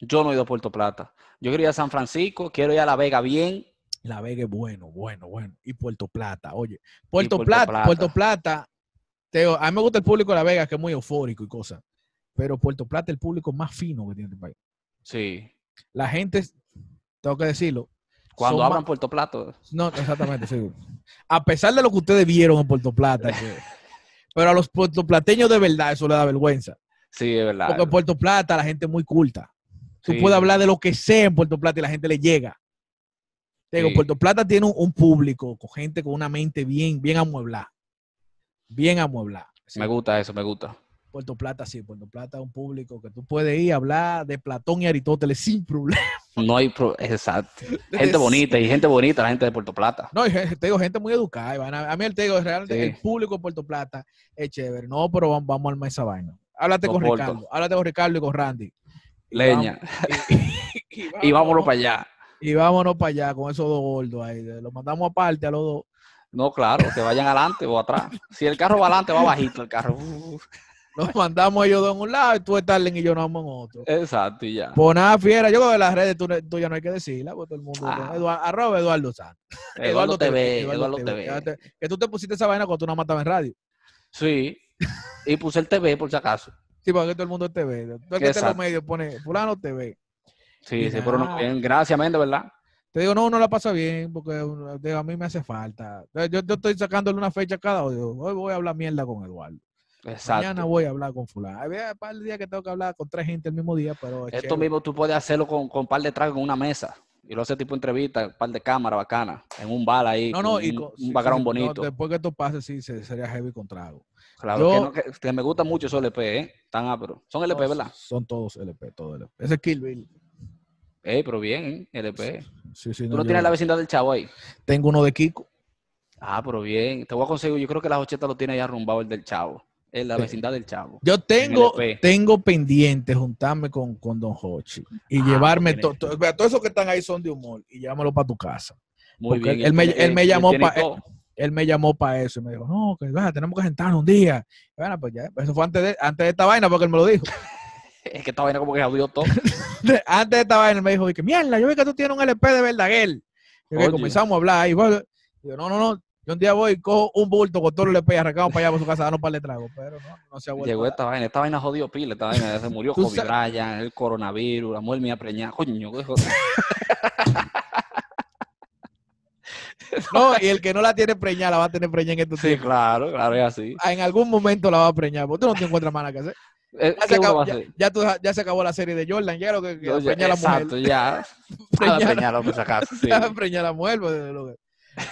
Yo no he ido a Puerto Plata. Yo quiero ir a San Francisco, quiero ir a La Vega bien.
La Vega es bueno, bueno, bueno. Y Puerto Plata, oye. Puerto, Plata, Puerto Plata, Teo, a mí me gusta el público de La Vega, que es muy eufórico y cosas. Pero Puerto Plata es el público más fino que tiene el país.
Sí.
La gente, tengo que decirlo.
Cuando
son
abran
más-
Puerto Plata.
No, exactamente, sí. A pesar de lo que ustedes vieron en Puerto Plata, que- pero a los puertoplateños de verdad eso le da vergüenza.
Sí, es verdad.
Porque en Puerto Plata la gente es muy culta. Tú
Sí.
puedes hablar de lo que sea en Puerto Plata y la gente le llega. Te Digo,
Sí.
Puerto Plata tiene un, un público con gente con una mente bien, bien amueblada. Bien amueblada. Sí.
Me gusta eso, me gusta.
Puerto Plata, sí, Puerto Plata es un público que tú puedes ir a hablar de Platón y Aristóteles sin [LAUGHS] problema.
No hay pro-
[LAUGHS]
exacto.
Es-
Gente bonita y gente bonita, la gente de Puerto Plata.
No, y gen- te digo, gente muy educada. y van A a mí el te digo, realmente
Sí.
el público de Puerto Plata es chévere. No, pero vam- vamos, a armar esa vaina. Háblate con
Soporto.
Ricardo, háblate con Ricardo y con
[LAUGHS]
Randy. Y
Leña.
vamos- y- y-
Y vámonos para allá.
Y vámonos para allá con esos dos gordos ahí. Los mandamos aparte a los dos.
No, claro, que vayan adelante o atrás. Si el carro va adelante, va bajito
[LAUGHS]
el carro.
Nos [LAUGHS] mandamos ellos dos en un lado y tú, Starling y yo nos vamos en otro.
Exacto, y ya.
Pues nada, fiera. Yo creo que las redes tú, no- tú ya no hay que decirla, porque todo el mundo.
Ah.
Eduardo, arroba Eduardo Santos.
Eduardo TV, Eduardo
Ya
TV.
te- Que tú te pusiste esa vaina cuando tú no matabas en radio.
Sí. Y puse el TV por si acaso.
Sí, porque todo el mundo es TV. Todo el que está en los
Exacto.
medios pone fulano TV.
Sí,
Y
sí, pero no,
nada.
bien, gracias, Mendo, ¿verdad?
Te digo, no, uno la pasa bien, porque uno- digo, a mí me hace falta. Yo, yo estoy sacándole una fecha a cada audio. Hoy voy a hablar mierda con Eduardo.
Exacto.
Mañana voy a hablar con fulano. Había un par de días que tengo que hablar con tres gente el mismo día, pero es
Esto
chévere.
mismo tú puedes hacerlo con, con un par de tragos, con una mesa. Y lo haces tipo entrevista, un par de cámaras bacanas, en un bar ahí,
No, no,
con
y
un,
con-
un
sí, sí,
background
sí, no,
bonito.
después que esto pase, sí, se- sería heavy con trago.
Claro,
yo- Oh,
que, no- que- que me gusta mucho esos LP, ¿eh? Están apro. Son LP,
No,
¿verdad?
Son todos LP, todos LP. Ese es Kill Bill.
Eh, pero bien, ¿eh? LP.
Sí, sí,
Tú
no,
no,
yo-
tienes la vecindad del chavo ahí.
Tengo uno de Kiko.
Ah, pero bien. Te voy a conseguir, yo creo que las 80 lo tiene ahí arrumbado el del chavo. En la
Sí.
vecindad del chavo.
Yo tengo,
LP.
tengo pendiente juntarme con, con Don Hochi y
Ah,
llevarme
pues tiene-
todo. todos esos que están ahí son de humor y llévamelo para tu casa.
Muy
Porque
bien. eh,
él me- él me llamó
tiene
pa- eh.
todo. [LAUGHS]
Él me llamó para eso y me dijo, no, que va, tenemos que sentarnos un día. Bueno, pues ya, eso fue antes de, antes de esta vaina porque él me lo dijo.
Es que esta vaina como que audio
[LAUGHS]
todo.
antes de esta vaina él me dijo, y que mierda, yo vi que tú tienes un LP de Verdaguer. Y que
Oye.
comenzamos a hablar ahí. bueno, y yo, no, no, no. Yo un día voy y cojo un bulto con todo el LP y arrancamos para allá para su casa, darnos para el trago. Pero no, no se ha vuelto.
Llegó
a
este esta vaina, esta vaina jodió pila, esta vaina se murió
Tú
Kobe
sabes-
Bryant, el coronavirus, la mujer mía preñada, coño,
[LAUGHS]
qué jod-
dar. No, y el que no la tiene preñada, la va a tener preñada en estos
Sí,
tiempos.
claro, claro, es así.
En algún momento la va a preñar, porque tú no te encuentras más nada que hacer.
Eh,
Ya se,
¿qué uno va
acabó,
a
ya,
hacer?
ya tú- ya se acabó la serie de Jordan, ya lo que, que
Yo- yo-
preña a la mujer. [LAUGHS]
Exacto, ya.
Preñar-
Ah, preñarlo por si acaso, sí.
Ya preñar a la mujer. pues, lo que-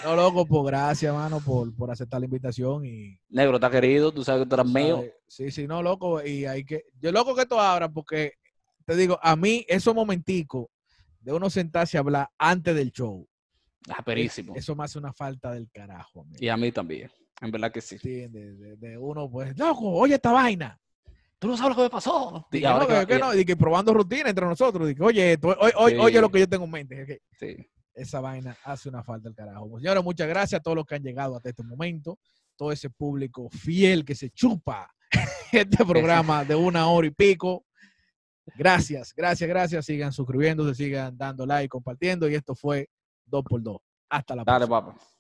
No, loco, por gracias, mano, por, por aceptar la invitación y
[LAUGHS] Negro, está querido, tú sabes que tú eres mío.
¿sabes? Sí, sí, no, loco. Y hay que. Yo loco que esto abra, porque te digo, a mí, esos momenticos de uno sentarse a hablar antes del show,
Ah, perísimo.
eso me hace una falta del carajo. amigo.
Y a mí también, en verdad que sí.
¿Entiendes? De, de uno, pues, loco, oye esta vaina.
Tú no sabes lo que me pasó.
Y
Y
que
ahora
no,
que-
que- que no, y que probando rutina entre nosotros. y que, oye, esto, oye, oye,
Sí.
oye lo que yo tengo en mente. que-
sí.
esa vaina hace una falta el carajo. Pues, Señores, muchas gracias a todos los que han llegado hasta este momento, todo ese público fiel que se chupa [LAUGHS] este programa de una hora y pico. Gracias, gracias, gracias. Sigan suscribiéndose, sigan dando like, compartiendo. Y esto fue 2x2. Hasta la próxima.
Dale, papá.